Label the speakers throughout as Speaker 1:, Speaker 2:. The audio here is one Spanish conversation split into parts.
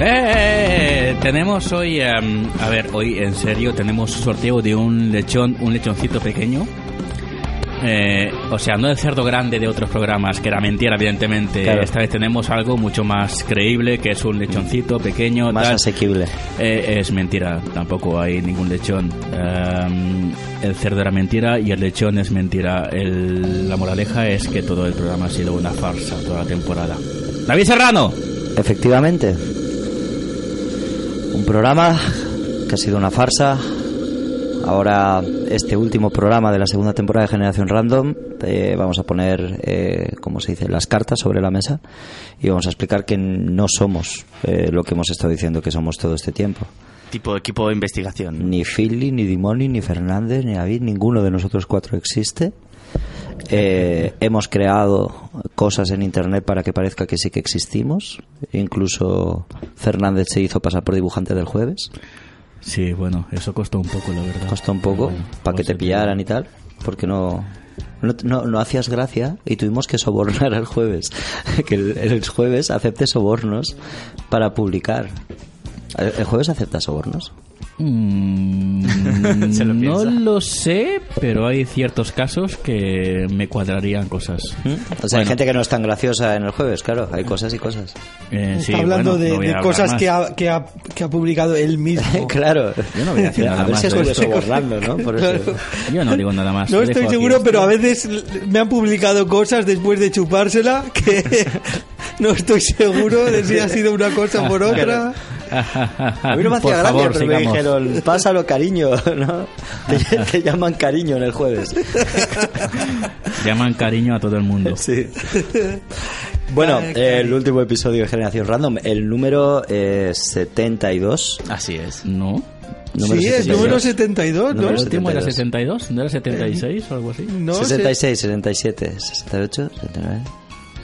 Speaker 1: Eh, tenemos hoy, em, a ver, hoy en serio tenemos un sorteo de un lechón, un lechoncito pequeño. Eh, o sea, no el cerdo grande de otros programas, que era mentira, evidentemente.
Speaker 2: Claro.
Speaker 1: Esta vez tenemos algo mucho más creíble, que es un lechoncito pequeño.
Speaker 2: Más
Speaker 1: tal.
Speaker 2: asequible.
Speaker 1: Eh, es mentira, tampoco hay ningún lechón. Em, el cerdo era mentira y el lechón es mentira. El- la moraleja es que todo el programa ha sido una farsa toda la temporada. David Serrano,
Speaker 2: Efectivamente. Un programa que ha sido una farsa. Ahora, este último programa de la segunda temporada de Generación Random, eh, vamos a poner, eh, como se dice, las cartas sobre la mesa y vamos a explicar que no somos eh, lo que hemos estado diciendo que somos todo este tiempo.
Speaker 3: Tipo equipo de investigación.
Speaker 2: Ni Philly, ni Dimoni, ni Fernández, ni David, ninguno de nosotros cuatro existe. Eh, hemos creado cosas en internet para que parezca que sí que existimos. Incluso Fernández se hizo pasar por dibujante del jueves.
Speaker 1: Sí, bueno, eso costó un poco, la verdad.
Speaker 2: Costó un poco
Speaker 1: Pero bueno,
Speaker 2: para que
Speaker 1: pues
Speaker 2: te
Speaker 1: sí,
Speaker 2: pillaran y tal, porque no, no, no- no hacías gracia y tuvimos que sobornar al jueves. que el, el jueves acepte sobornos para publicar. ¿El el jueves acepta sobornos?
Speaker 1: Mm,
Speaker 3: Se lo
Speaker 1: no
Speaker 3: piensa.
Speaker 1: lo sé, pero hay ciertos casos que me cuadrarían cosas.
Speaker 2: ¿Mm? O sea, hay gente que no es tan graciosa en el jueves, claro, hay cosas y cosas.
Speaker 1: Eh, sí,
Speaker 4: Está hablando
Speaker 1: bueno, no
Speaker 4: de-
Speaker 1: voy
Speaker 4: de,
Speaker 1: a hablar
Speaker 4: cosas
Speaker 1: más.
Speaker 4: que ha, que, ha, que ha publicado él mismo.
Speaker 2: claro.
Speaker 1: Yo no voy a decir nada
Speaker 2: ver
Speaker 1: más de
Speaker 2: si estuve
Speaker 1: esto.
Speaker 2: sobornando, ¿no? Por eso.
Speaker 1: Yo no digo nada más.
Speaker 4: No
Speaker 1: lo
Speaker 4: estoy
Speaker 1: dejo aquí.
Speaker 4: seguro, pero a veces l- me han publicado cosas después de chupársela que no estoy seguro de si ha sido una cosa por otra.
Speaker 2: A mí no me hacía
Speaker 1: Por
Speaker 2: gracia,
Speaker 1: favor,
Speaker 2: pero me
Speaker 1: sigamos.
Speaker 2: dijeron, pásalo cariño, ¿no? Te, te llaman cariño en el jueves.
Speaker 1: Llaman cariño a todo el mundo.
Speaker 2: Sí. Bueno, eh, el último episodio de Generación Random, el número eh, 72.
Speaker 3: Así es.
Speaker 1: ¿No?
Speaker 4: sí, es
Speaker 2: 72.
Speaker 4: número 72, ¿no?
Speaker 1: ¿El
Speaker 2: Número
Speaker 1: último era
Speaker 2: 72.
Speaker 1: 72? ¿No era 76 o algo así?
Speaker 4: No,
Speaker 2: 66, 67, 68, 69.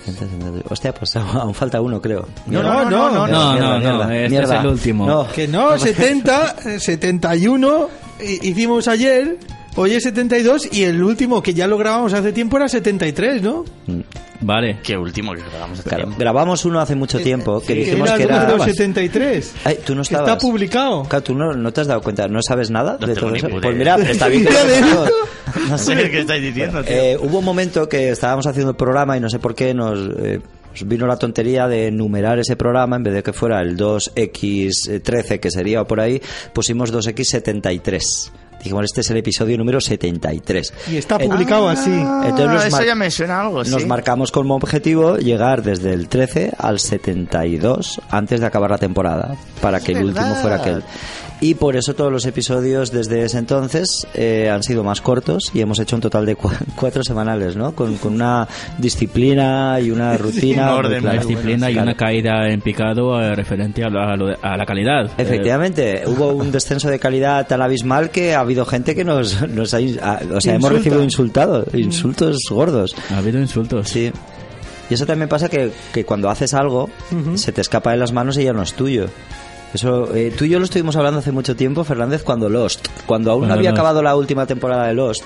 Speaker 2: 70, 78. Hostia, pues aún falta uno, creo.
Speaker 4: No, no, no, no,
Speaker 1: no,
Speaker 2: Mierda,
Speaker 1: no,
Speaker 2: mierda,
Speaker 1: no, este
Speaker 2: mierda.
Speaker 1: es el último.
Speaker 2: No,
Speaker 4: se- Que no, 70, eh, 71 hi- eh, hicimos ayer, hoy es 72 y el último que ya lo grabamos hace tiempo era 73, ¿no?
Speaker 2: Mm.
Speaker 1: Vale.
Speaker 3: Qué último que grabamos este
Speaker 2: claro,
Speaker 3: tiempo.
Speaker 2: grabamos uno hace mucho tiempo que
Speaker 4: Sí,
Speaker 2: dijimos que
Speaker 4: el
Speaker 2: era...
Speaker 4: número 73.
Speaker 2: Ay, tú no
Speaker 4: que
Speaker 2: estabas.
Speaker 4: está publicado.
Speaker 2: Claro, tú no, no te has dado cuenta, no sabes nada
Speaker 3: No
Speaker 2: de
Speaker 3: tengo
Speaker 2: todo
Speaker 3: ni
Speaker 2: eso.
Speaker 3: puta
Speaker 2: Pues
Speaker 3: idea.
Speaker 2: mira, está bien que
Speaker 4: Mira de
Speaker 2: lo
Speaker 4: esto.
Speaker 2: No
Speaker 3: No sé
Speaker 2: sé.
Speaker 3: qué estáis diciendo, tío.
Speaker 2: Eh, hubo un momento que estábamos haciendo el programa y no sé por qué nos eh, nos vino la tontería de numerar ese programa en vez de que fuera el 2X13 que sería o por ahí, pusimos 2X73. Dijimos, este es el episodio número 73.
Speaker 4: Y está
Speaker 2: Eh,
Speaker 4: publicado así.
Speaker 2: entonces nos
Speaker 3: Ah, eso
Speaker 2: mar-
Speaker 3: ya me suena a algo, sí.
Speaker 2: Nos marcamos como objetivo llegar desde el 13 al 72 antes de acabar la temporada, para que el último fuera aquel. Y por eso todos los episodios desde ese entonces eh, han sido más cortos y hemos hecho un total de cua- cuatro semanales, ¿no? Con, con una disciplina y una rutina.
Speaker 3: un
Speaker 2: muy
Speaker 3: orden,
Speaker 2: clara.
Speaker 1: La disciplina y
Speaker 2: Claro.
Speaker 1: una caída en picado eh, referente a, lo- a lo de- a la calidad.
Speaker 2: Efectivamente, hubo un descenso de calidad tan abismal que ha habido gente que nos, nos ha, in- a- o sea, hemos
Speaker 4: Insulta.
Speaker 2: recibido insultados, insultos gordos.
Speaker 1: Eh, ha habido insultos.
Speaker 2: Sí. Y eso también pasa que, que cuando haces algo, se te escapa de las manos y ya no es tuyo. Eso, eh, tú y yo lo estuvimos hablando hace mucho tiempo, Fernández, cuando Lost, cuando aún no
Speaker 1: Cuando
Speaker 2: había
Speaker 1: Lost.
Speaker 2: acabado la última temporada de Lost,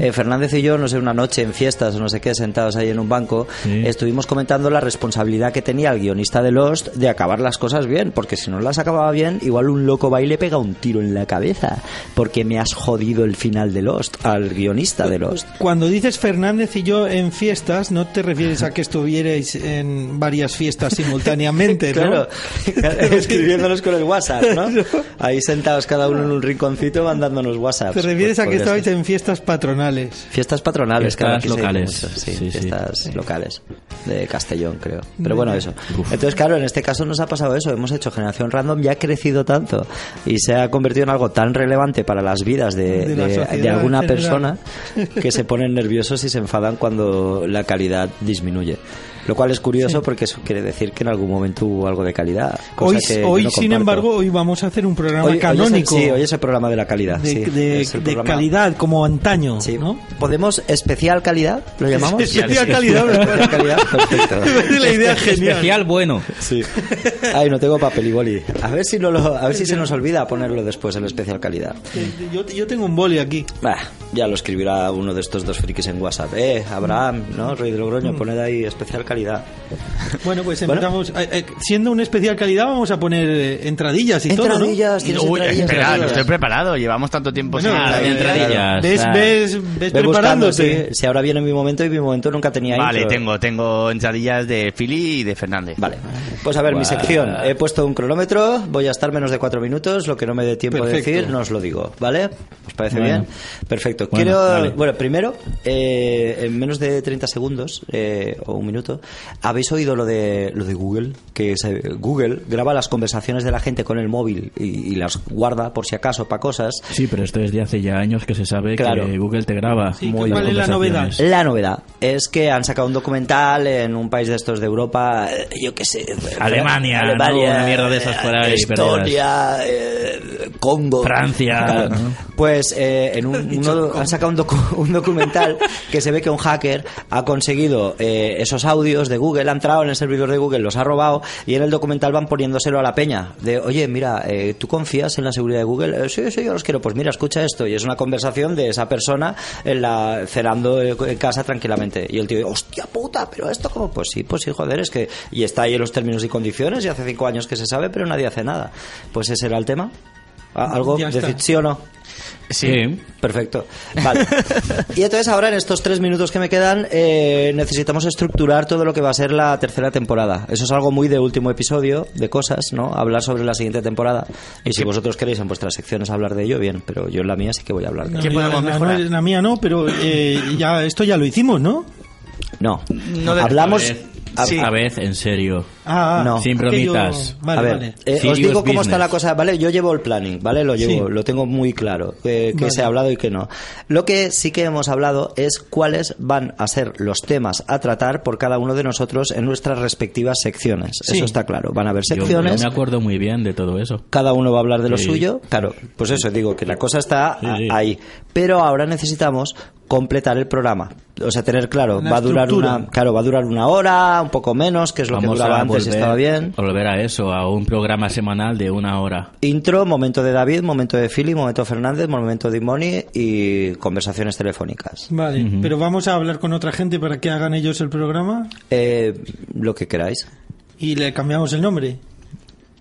Speaker 2: eh, Fernández y yo, no sé, una noche en fiestas o no sé qué, sentados ahí en un banco,
Speaker 1: Sí.
Speaker 2: estuvimos comentando la responsabilidad que tenía el guionista de Lost de acabar las cosas bien, porque si no las acababa bien, igual un loco va y le pega un tiro en la cabeza, porque me has jodido el final de Lost, al guionista de Lost.
Speaker 4: Cuando dices Fernández y yo en fiestas, no te refieres a que estuvierais en varias fiestas simultáneamente, ¿no?
Speaker 2: Claro, escribiéndonos con el WhatsApp, ¿no? Ahí sentados cada uno en un rinconcito mandándonos Pues WhatsApp.
Speaker 4: Te refieres a que estabais
Speaker 2: estabais
Speaker 4: en fiestas patronales.
Speaker 2: Fiestas patronales,
Speaker 1: Fiestas
Speaker 2: cada que se dice
Speaker 1: locales.
Speaker 2: mucho, sí,
Speaker 1: Sí, sí.
Speaker 2: fiestas locales. de Castellón, creo. Pero bueno, eso. Entonces, claro, en este caso nos ha pasado eso. Hemos hecho Generación Random y ha crecido tanto y se ha convertido en algo tan relevante para las vidas de,
Speaker 4: De la
Speaker 2: de-
Speaker 4: sociedad
Speaker 2: de alguna
Speaker 4: en general.
Speaker 2: persona que se ponen nerviosos y se enfadan cuando la calidad disminuye. Lo cual es curioso porque eso quiere decir que en algún momento hubo algo de calidad. cosa
Speaker 4: Hoy,
Speaker 2: que yo
Speaker 4: hoy
Speaker 2: no
Speaker 4: sin
Speaker 2: comparto.
Speaker 4: embargo, hoy vamos a hacer un programa
Speaker 2: Hoy- hoy es el-
Speaker 4: canónico
Speaker 2: sí, hoy es el programa de la calidad.
Speaker 4: de,
Speaker 2: sí.
Speaker 4: de-
Speaker 2: Es el
Speaker 4: de
Speaker 2: programa-
Speaker 4: calidad, como antaño,
Speaker 2: Sí.
Speaker 4: ¿no?
Speaker 2: ¿Podemos especial calidad? ¿Lo llamamos?
Speaker 4: Especial calidad,
Speaker 2: Especial calidad, perfecto.
Speaker 4: la idea genial.
Speaker 1: Especial bueno.
Speaker 2: Sí. Ay, no tengo papel y boli. A ver si no lo, a ver si se nos olvida ponerlo después el especial calidad.
Speaker 4: Eh, Yo, yo tengo un boli aquí.
Speaker 2: Bah, ya lo escribirá uno de estos dos frikis en WhatsApp. Eh, Abraham, ¿no? Rey de Logroño, poned ahí especial calidad.
Speaker 4: Bueno, pues empezamos. eh, eh, siendo un especial calidad, vamos a poner eh, entradillas y todo, ¿no?
Speaker 2: Entradillas, tienes
Speaker 3: Uy,
Speaker 2: entradillas.
Speaker 3: espera, no
Speaker 2: entradillas.
Speaker 3: estoy preparado. Llevamos tanto tiempo sin
Speaker 4: Bueno,
Speaker 3: hablar de
Speaker 4: eh,
Speaker 1: entradillas.
Speaker 4: ¿Ves,
Speaker 1: Ah.
Speaker 4: ves, ves
Speaker 2: Ah, Ve buscando,
Speaker 4: preparándote?
Speaker 2: sí. Si ahora viene mi momento y mi momento nunca tenía
Speaker 3: Vale,
Speaker 2: intro.
Speaker 3: tengo, tengo entradillas de Philly y de Fernández.
Speaker 2: Vale, pues a ver, mi sección. He puesto un cronómetro, voy a estar menos de cuatro minutos, lo que no me dé tiempo
Speaker 4: Perfecto.
Speaker 2: de decir, no os lo digo, ¿vale? ¿Os parece
Speaker 1: Bueno.
Speaker 2: bien? Perfecto.
Speaker 1: Bueno,
Speaker 2: Quiero,
Speaker 1: dale.
Speaker 2: bueno, primero, eh, en menos de 30 segundos eh, o un minuto, ¿habéis oído lo de, lo de Google? Que se- Google graba las conversaciones de la gente con el móvil y, y las guarda por si acaso para cosas.
Speaker 1: Sí, pero esto es de hace ya años que se sabe
Speaker 2: Claro.
Speaker 1: que Google te graba.
Speaker 4: Sí,
Speaker 1: muy
Speaker 4: ¿cuál
Speaker 1: las
Speaker 4: es la Eh,
Speaker 1: conversaciones.
Speaker 2: La novedad es que han sacado un documental en un país de estos de Europa, eh, yo qué sé,
Speaker 1: Alemania,
Speaker 2: Alemania, eh,
Speaker 1: ¿no? Una mierda de esas por ahí,
Speaker 2: Estonia, eh, Congo,
Speaker 1: Francia,
Speaker 2: Claro.
Speaker 1: ¿no?
Speaker 2: Pues eh, en un, uno- han sacado un, docu- un documental que se ve que un hacker ha conseguido eh, esos audios de Google, ha entrado en el servidor de Google, los ha robado y en el documental van poniéndoselo a la peña. De, oye, mira, eh, ¿tú confías en la seguridad de Google? "Eh, sí, sí, yo los quiero. Pues mira, escucha esto. Y es una conversación de esa persona en la, cenando eh, en casa tranquilamente. Y el tío, hostia puta, pero esto como, pues sí, pues sí, joder, es que. Y está ahí en los términos y condiciones y hace cinco años que se sabe, pero nadie hace nada. Pues ese era el tema. ¿A- ¿Algo?
Speaker 4: Ya está.
Speaker 2: ¿Decir sí o no?
Speaker 1: Sí.
Speaker 2: Perfecto. Vale. y entonces ahora en estos tres minutos que me quedan eh, necesitamos estructurar todo lo que va a ser la tercera temporada. Eso es algo muy de último episodio, de cosas, ¿no? Hablar sobre la siguiente temporada. Y si vosotros queréis en vuestras secciones hablar de ello, bien, pero yo en la mía sí que voy a hablar de
Speaker 4: No,
Speaker 2: ello.
Speaker 3: ¿Qué podemos
Speaker 4: la-
Speaker 3: mejorar?
Speaker 4: La, la mía no, pero eh, ya, esto ya lo hicimos, ¿no?
Speaker 2: No.
Speaker 3: No de-
Speaker 2: Hablamos...
Speaker 1: A,
Speaker 2: a-
Speaker 1: a vez, en serio.
Speaker 4: Ah,
Speaker 2: No.
Speaker 1: Sin
Speaker 4: aquello-
Speaker 1: bromitas.
Speaker 4: Vale,
Speaker 2: a ver,
Speaker 4: vale.
Speaker 2: eh, os
Speaker 1: Serious
Speaker 2: digo cómo
Speaker 1: E business.
Speaker 2: está la cosa, ¿vale? Yo llevo el planning, ¿vale? Lo llevo,
Speaker 4: Sí.
Speaker 2: lo tengo muy claro, eh, que
Speaker 4: Vale.
Speaker 2: se ha hablado y que no. Lo que sí que hemos hablado es cuáles van a ser los temas a tratar por cada uno de nosotros en nuestras respectivas secciones.
Speaker 4: Sí.
Speaker 2: Eso está claro. Van a haber
Speaker 1: Yo, yo
Speaker 2: secciones.
Speaker 1: me acuerdo muy bien de todo eso.
Speaker 2: Cada uno va a hablar de lo
Speaker 1: Sí.
Speaker 2: suyo. Claro, pues eso, digo que la cosa está
Speaker 1: Sí,
Speaker 2: a-
Speaker 1: sí.
Speaker 2: ahí. Pero ahora necesitamos completar el programa. O sea, tener claro,
Speaker 4: Una
Speaker 2: va a durar
Speaker 4: estructura.
Speaker 2: una, claro, va a durar una hora, un poco menos, que es lo que duraba antes y estaba bien.
Speaker 1: volver a eso, a un programa semanal de una hora.
Speaker 2: Intro, momento de David, momento de Philly, momento Fernández, momento de Imoni y conversaciones telefónicas.
Speaker 4: Vale, pero vamos a hablar con otra gente para que hagan ellos el programa
Speaker 2: Eh, lo que queráis.
Speaker 4: y le cambiamos el nombre.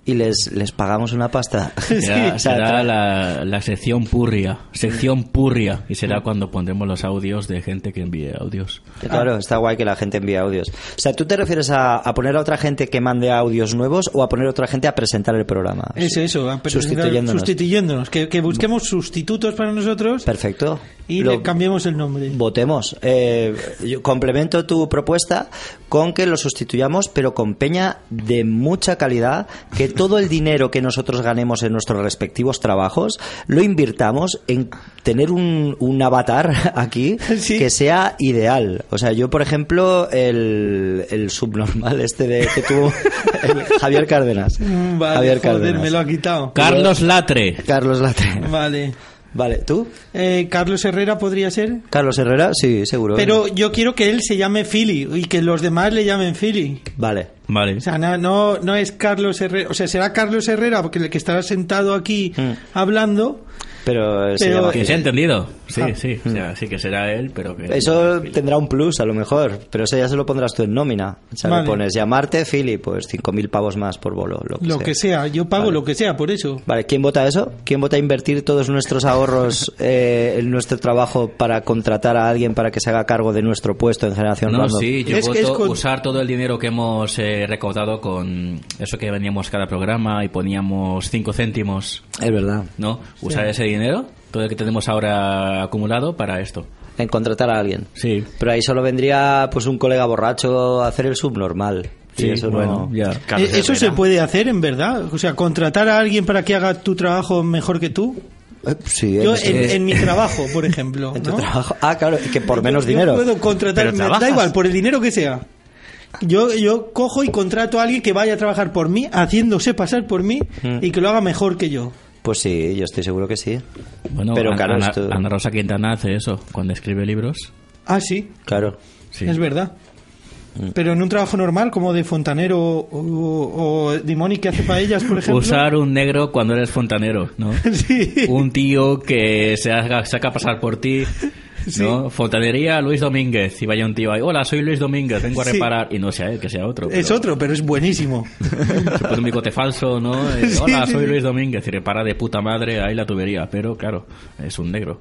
Speaker 2: Y les, les pagamos una pasta.
Speaker 1: Será,
Speaker 2: O sea,
Speaker 1: será
Speaker 2: tra-
Speaker 1: la, la sección purria. Sección purria. Y será cuando pondremos los audios de gente que envíe audios.
Speaker 2: Claro, está guay que la gente envíe audios. O sea, ¿tú te refieres a, a poner a otra gente que mande audios nuevos o a poner a otra gente a presentar el programa?
Speaker 4: Es eso, a presentar-
Speaker 2: Sustituyéndonos.
Speaker 4: sustituyéndonos, que, que busquemos sustitutos para nosotros
Speaker 2: Perfecto.
Speaker 4: y
Speaker 2: Lo-
Speaker 4: le cambiemos el nombre.
Speaker 2: Votemos. Eh, yo complemento tu propuesta con que lo sustituyamos, pero con peña de mucha calidad, que todo el dinero que nosotros ganemos en nuestros respectivos trabajos lo invirtamos en tener un, un avatar aquí
Speaker 4: Sí.
Speaker 2: que sea ideal. O sea, yo, por ejemplo, el, el subnormal este de que tuvo el Javier Cárdenas.
Speaker 4: Mm, Vale,
Speaker 2: Javier
Speaker 4: joder,
Speaker 2: Cárdenas.
Speaker 4: me lo ha quitado.
Speaker 1: Carlos Latre.
Speaker 2: Carlos Latre.
Speaker 4: Vale.
Speaker 2: Vale, ¿tú?
Speaker 4: Eh, Carlos Herrera podría ser,
Speaker 2: Carlos Herrera, sí, seguro.
Speaker 4: pero yo quiero que él se llame Philly y que los demás le llamen Philly.
Speaker 2: Vale.
Speaker 1: Vale.
Speaker 4: O sea, no, no, no es Carlos Herrera, o sea, será Carlos Herrera porque el que estará sentado aquí
Speaker 2: Mm.
Speaker 4: hablando.
Speaker 2: Pero, eh, se
Speaker 4: Pero-
Speaker 2: llama
Speaker 1: Que
Speaker 2: Gil.
Speaker 1: se ha entendido. Sí,
Speaker 4: Ah.
Speaker 1: sí. O sea, sí que será él, pero que.
Speaker 2: Eso tendrá un plus a lo mejor, pero eso ya se lo pondrás tú en nómina. O sea, le
Speaker 4: Vale.
Speaker 2: pones llamarte, Philly, pues 5.000 pavos más por bolo, lo que,
Speaker 4: Lo
Speaker 2: sea.
Speaker 4: que sea, yo pago
Speaker 2: Vale.
Speaker 4: lo que sea por eso.
Speaker 2: Vale, ¿quién vota eso? ¿Quién vota invertir todos nuestros ahorros eh, en nuestro trabajo para contratar a alguien para que se haga cargo de nuestro puesto en Generación
Speaker 1: No,
Speaker 2: Random?
Speaker 1: sí, yo
Speaker 4: Es que
Speaker 1: voto
Speaker 4: es con-
Speaker 1: usar todo el dinero que hemos eh, recaudado con eso que veníamos cada programa y poníamos 5 céntimos,
Speaker 2: Es verdad.
Speaker 1: ¿no? Usar ese dinero, todo el que tenemos ahora acumulado para esto.
Speaker 2: en contratar a alguien.
Speaker 1: Sí.
Speaker 2: Pero ahí solo vendría pues un colega borracho a hacer el subnormal.
Speaker 1: Sí,
Speaker 2: y eso
Speaker 1: bueno,
Speaker 2: no...
Speaker 1: ya.
Speaker 3: Carlos
Speaker 4: Eh, ¿Eso
Speaker 3: Herrera.
Speaker 4: se puede hacer en verdad? O sea, contratar a alguien para que haga tu trabajo mejor que tú.
Speaker 2: Eh, Sí,
Speaker 4: Yo
Speaker 2: eso
Speaker 4: en,
Speaker 2: es.
Speaker 4: en mi trabajo, por ejemplo.
Speaker 2: En tu
Speaker 4: ¿no?
Speaker 2: trabajo. Ah, claro, que por menos
Speaker 4: Yo
Speaker 2: dinero.
Speaker 4: puedo contratar,
Speaker 3: Pero
Speaker 4: me- da
Speaker 3: trabajas.
Speaker 4: igual, por el dinero que sea. Yo, yo cojo y contrato a alguien que vaya a trabajar por mí, haciéndose pasar por mí y que lo haga mejor que yo.
Speaker 2: Pues sí, yo estoy seguro que sí.
Speaker 1: Bueno,
Speaker 2: Pero
Speaker 1: Ana-
Speaker 2: claro,
Speaker 1: Ana,
Speaker 2: esto-
Speaker 1: Ana Rosa Quintana hace eso cuando escribe libros.
Speaker 4: Ah, sí,
Speaker 2: Claro.
Speaker 1: Sí. Mm.
Speaker 4: es verdad. Pero en un trabajo normal, como de fontanero o, o, o de Moni que hace paellas, por ejemplo.
Speaker 1: Usar un negro cuando eres fontanero, ¿no?
Speaker 4: Sí.
Speaker 1: Un tío que se haga, saca pasar por ti. ¿no? Fontanería Luis Domínguez. Y vaya un tío ahí, hola, soy Luis Domínguez, vengo a
Speaker 4: Sí.
Speaker 1: reparar. Y no sea él, que sea otro.
Speaker 4: Es
Speaker 1: pero-
Speaker 4: otro, pero es buenísimo.
Speaker 1: Se pone un bigote falso, ¿no? Eh,
Speaker 4: Sí,
Speaker 1: hola,
Speaker 4: sí,
Speaker 1: soy
Speaker 4: sí.
Speaker 1: Luis Domínguez y repara de puta madre ahí la tubería. Pero claro, es un negro.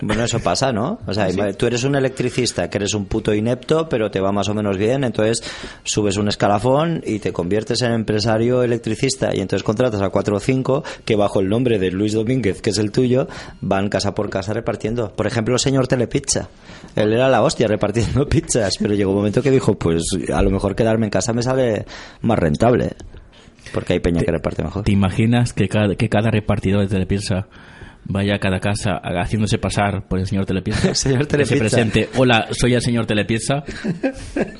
Speaker 2: Bueno, eso pasa, ¿no? O sea, ima- tú eres un electricista, que eres un puto inepto, pero te va más o menos bien, entonces subes un escalafón y te conviertes en empresario electricista y entonces contratas a cuatro o cinco que bajo el nombre de Luis Domínguez, que es el tuyo, van casa por casa repartiendo. Por ejemplo, el señor Telepizza. Él era la hostia repartiendo pizzas, pero llegó un momento que dijo, pues a lo mejor quedarme en casa me sale más rentable, porque hay peña que reparte mejor.
Speaker 1: ¿Te imaginas que cada, que cada repartidor de Telepizza vaya a cada casa haga- haciéndose pasar por el señor Telepizza?
Speaker 2: El señor
Speaker 1: Que se
Speaker 2: Telepizza.
Speaker 1: presente. Hola, soy el señor Telepizza.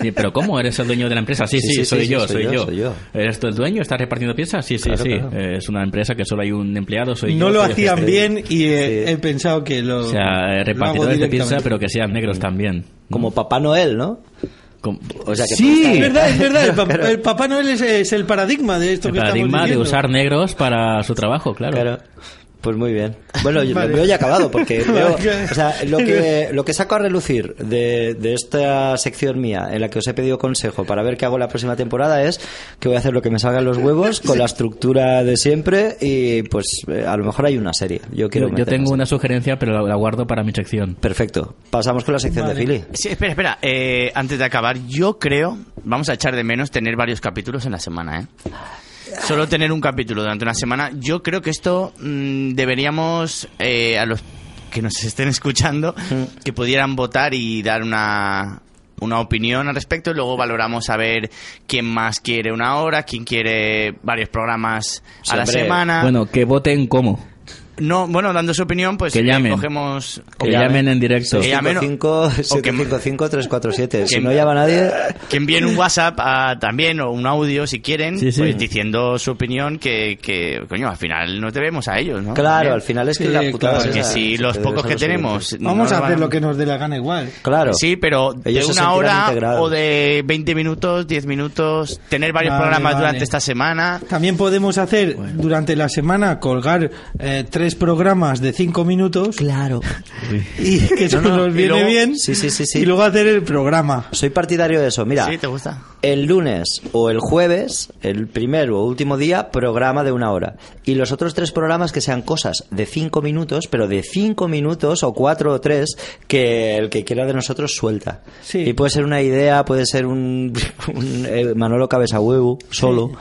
Speaker 1: Sí, pero ¿cómo? ¿Eres el dueño de la empresa? Sí,
Speaker 2: Sí,
Speaker 1: sí,
Speaker 2: sí,
Speaker 1: soy,
Speaker 2: sí,
Speaker 1: yo,
Speaker 2: sí,
Speaker 1: soy, yo,
Speaker 2: soy yo.
Speaker 1: ¿Eres tú el dueño? ¿Estás repartiendo pizzas? Sí, sí,
Speaker 2: Claro,
Speaker 1: sí.
Speaker 2: claro.
Speaker 1: Eh, Es una empresa que solo hay un empleado, soy yo.
Speaker 4: No lo
Speaker 1: soy el
Speaker 4: hacían
Speaker 1: jefe.
Speaker 4: bien y he, he pensado que lo.
Speaker 1: O sea, eh,
Speaker 4: lo hago
Speaker 1: repartidores de
Speaker 4: directamente.
Speaker 1: pizza, pero que sean negros también.
Speaker 2: Como Papá Noel, ¿no?
Speaker 1: Como-
Speaker 2: O sea, que
Speaker 4: Sí,
Speaker 2: tú
Speaker 4: es
Speaker 2: estás-
Speaker 4: verdad, es verdad. El, pap- el Papá Noel es, es el paradigma de esto
Speaker 1: el
Speaker 4: que
Speaker 1: paradigma
Speaker 4: estamos
Speaker 1: de
Speaker 4: diciendo.
Speaker 1: usar negros para su trabajo, claro.
Speaker 2: Claro. Pues muy bien. Bueno, yo
Speaker 4: Vale.
Speaker 2: lo veo ya acabado, porque veo-
Speaker 4: Vale.
Speaker 2: o sea, lo, que, lo que saco a relucir de, de esta sección mía, en la que os he pedido consejo para ver qué hago la próxima temporada, es que voy a hacer lo que me salgan los huevos, con la estructura de siempre, y pues eh, a lo mejor hay una serie. Yo quiero
Speaker 1: Yo, yo
Speaker 2: meter
Speaker 1: tengo
Speaker 2: una
Speaker 1: una sugerencia, pero la, la guardo para mi sección.
Speaker 2: serie. Perfecto. Pasamos con la sección de Gili.
Speaker 3: Sí, espera, espera. Eh, antes de acabar, yo creo, vamos a echar de menos tener varios capítulos en la semana, ¿eh? Solo tener un capítulo durante una semana. Yo creo que esto mm, deberíamos, eh, a los que nos estén escuchando,
Speaker 1: Mm.
Speaker 3: que pudieran votar y dar una, una opinión al respecto. Y luego valoramos a ver quién más quiere una hora, quién quiere varios programas a la
Speaker 2: Hombre,
Speaker 3: semana.
Speaker 1: Bueno, que voten cómo.
Speaker 3: no, bueno dando su opinión, pues
Speaker 1: Que
Speaker 3: eh,
Speaker 1: llamen.
Speaker 3: cogemos...
Speaker 1: Que llamen en directo.
Speaker 3: Sí. llamen, ¿no?
Speaker 2: 555
Speaker 3: O que-
Speaker 2: 755 347. Si
Speaker 3: que-
Speaker 2: no llama nadie,
Speaker 3: Que envíen un WhatsApp a- también o un audio si quieren,
Speaker 1: Sí, sí.
Speaker 3: pues diciendo su opinión que, que, coño, al final no debemos a ellos, ¿no?
Speaker 2: claro,
Speaker 3: También.
Speaker 2: al final es que
Speaker 4: Sí,
Speaker 2: la putada
Speaker 4: claro.
Speaker 3: Porque
Speaker 2: es esa,
Speaker 3: si los
Speaker 2: te
Speaker 3: pocos
Speaker 2: debes
Speaker 3: que
Speaker 2: los
Speaker 3: tenemos...
Speaker 2: oyentes.
Speaker 3: no
Speaker 4: Vamos a
Speaker 3: nos
Speaker 4: hacer
Speaker 3: van-
Speaker 4: lo que nos dé la gana igual.
Speaker 2: Claro.
Speaker 3: Sí, pero
Speaker 2: Ellos se
Speaker 3: de una
Speaker 2: sentirán
Speaker 3: hora
Speaker 2: integrados.
Speaker 3: o de 20 minutos, 10 minutos, tener varios
Speaker 4: Vale,
Speaker 3: programas
Speaker 4: vale.
Speaker 3: durante esta semana.
Speaker 4: También podemos hacer durante la semana colgar eh, tres programas de cinco minutos
Speaker 2: Claro.
Speaker 4: y que eso
Speaker 3: no,
Speaker 4: nos
Speaker 3: y
Speaker 4: viene
Speaker 3: luego-
Speaker 4: bien.
Speaker 2: Sí, sí, sí, sí.
Speaker 4: Y luego hacer el programa.
Speaker 2: Soy partidario de eso. Mira,
Speaker 3: ¿Sí? ¿Te gusta?
Speaker 2: el lunes o el jueves, el primer o último día, programa de una hora. Y los otros tres programas que sean cosas de cinco minutos, pero de cinco minutos o cuatro o tres, que el que quiera de nosotros suelta.
Speaker 4: Sí.
Speaker 2: Y puede ser una idea, puede ser un, un, eh, Manolo Cabeza Huevo, solo,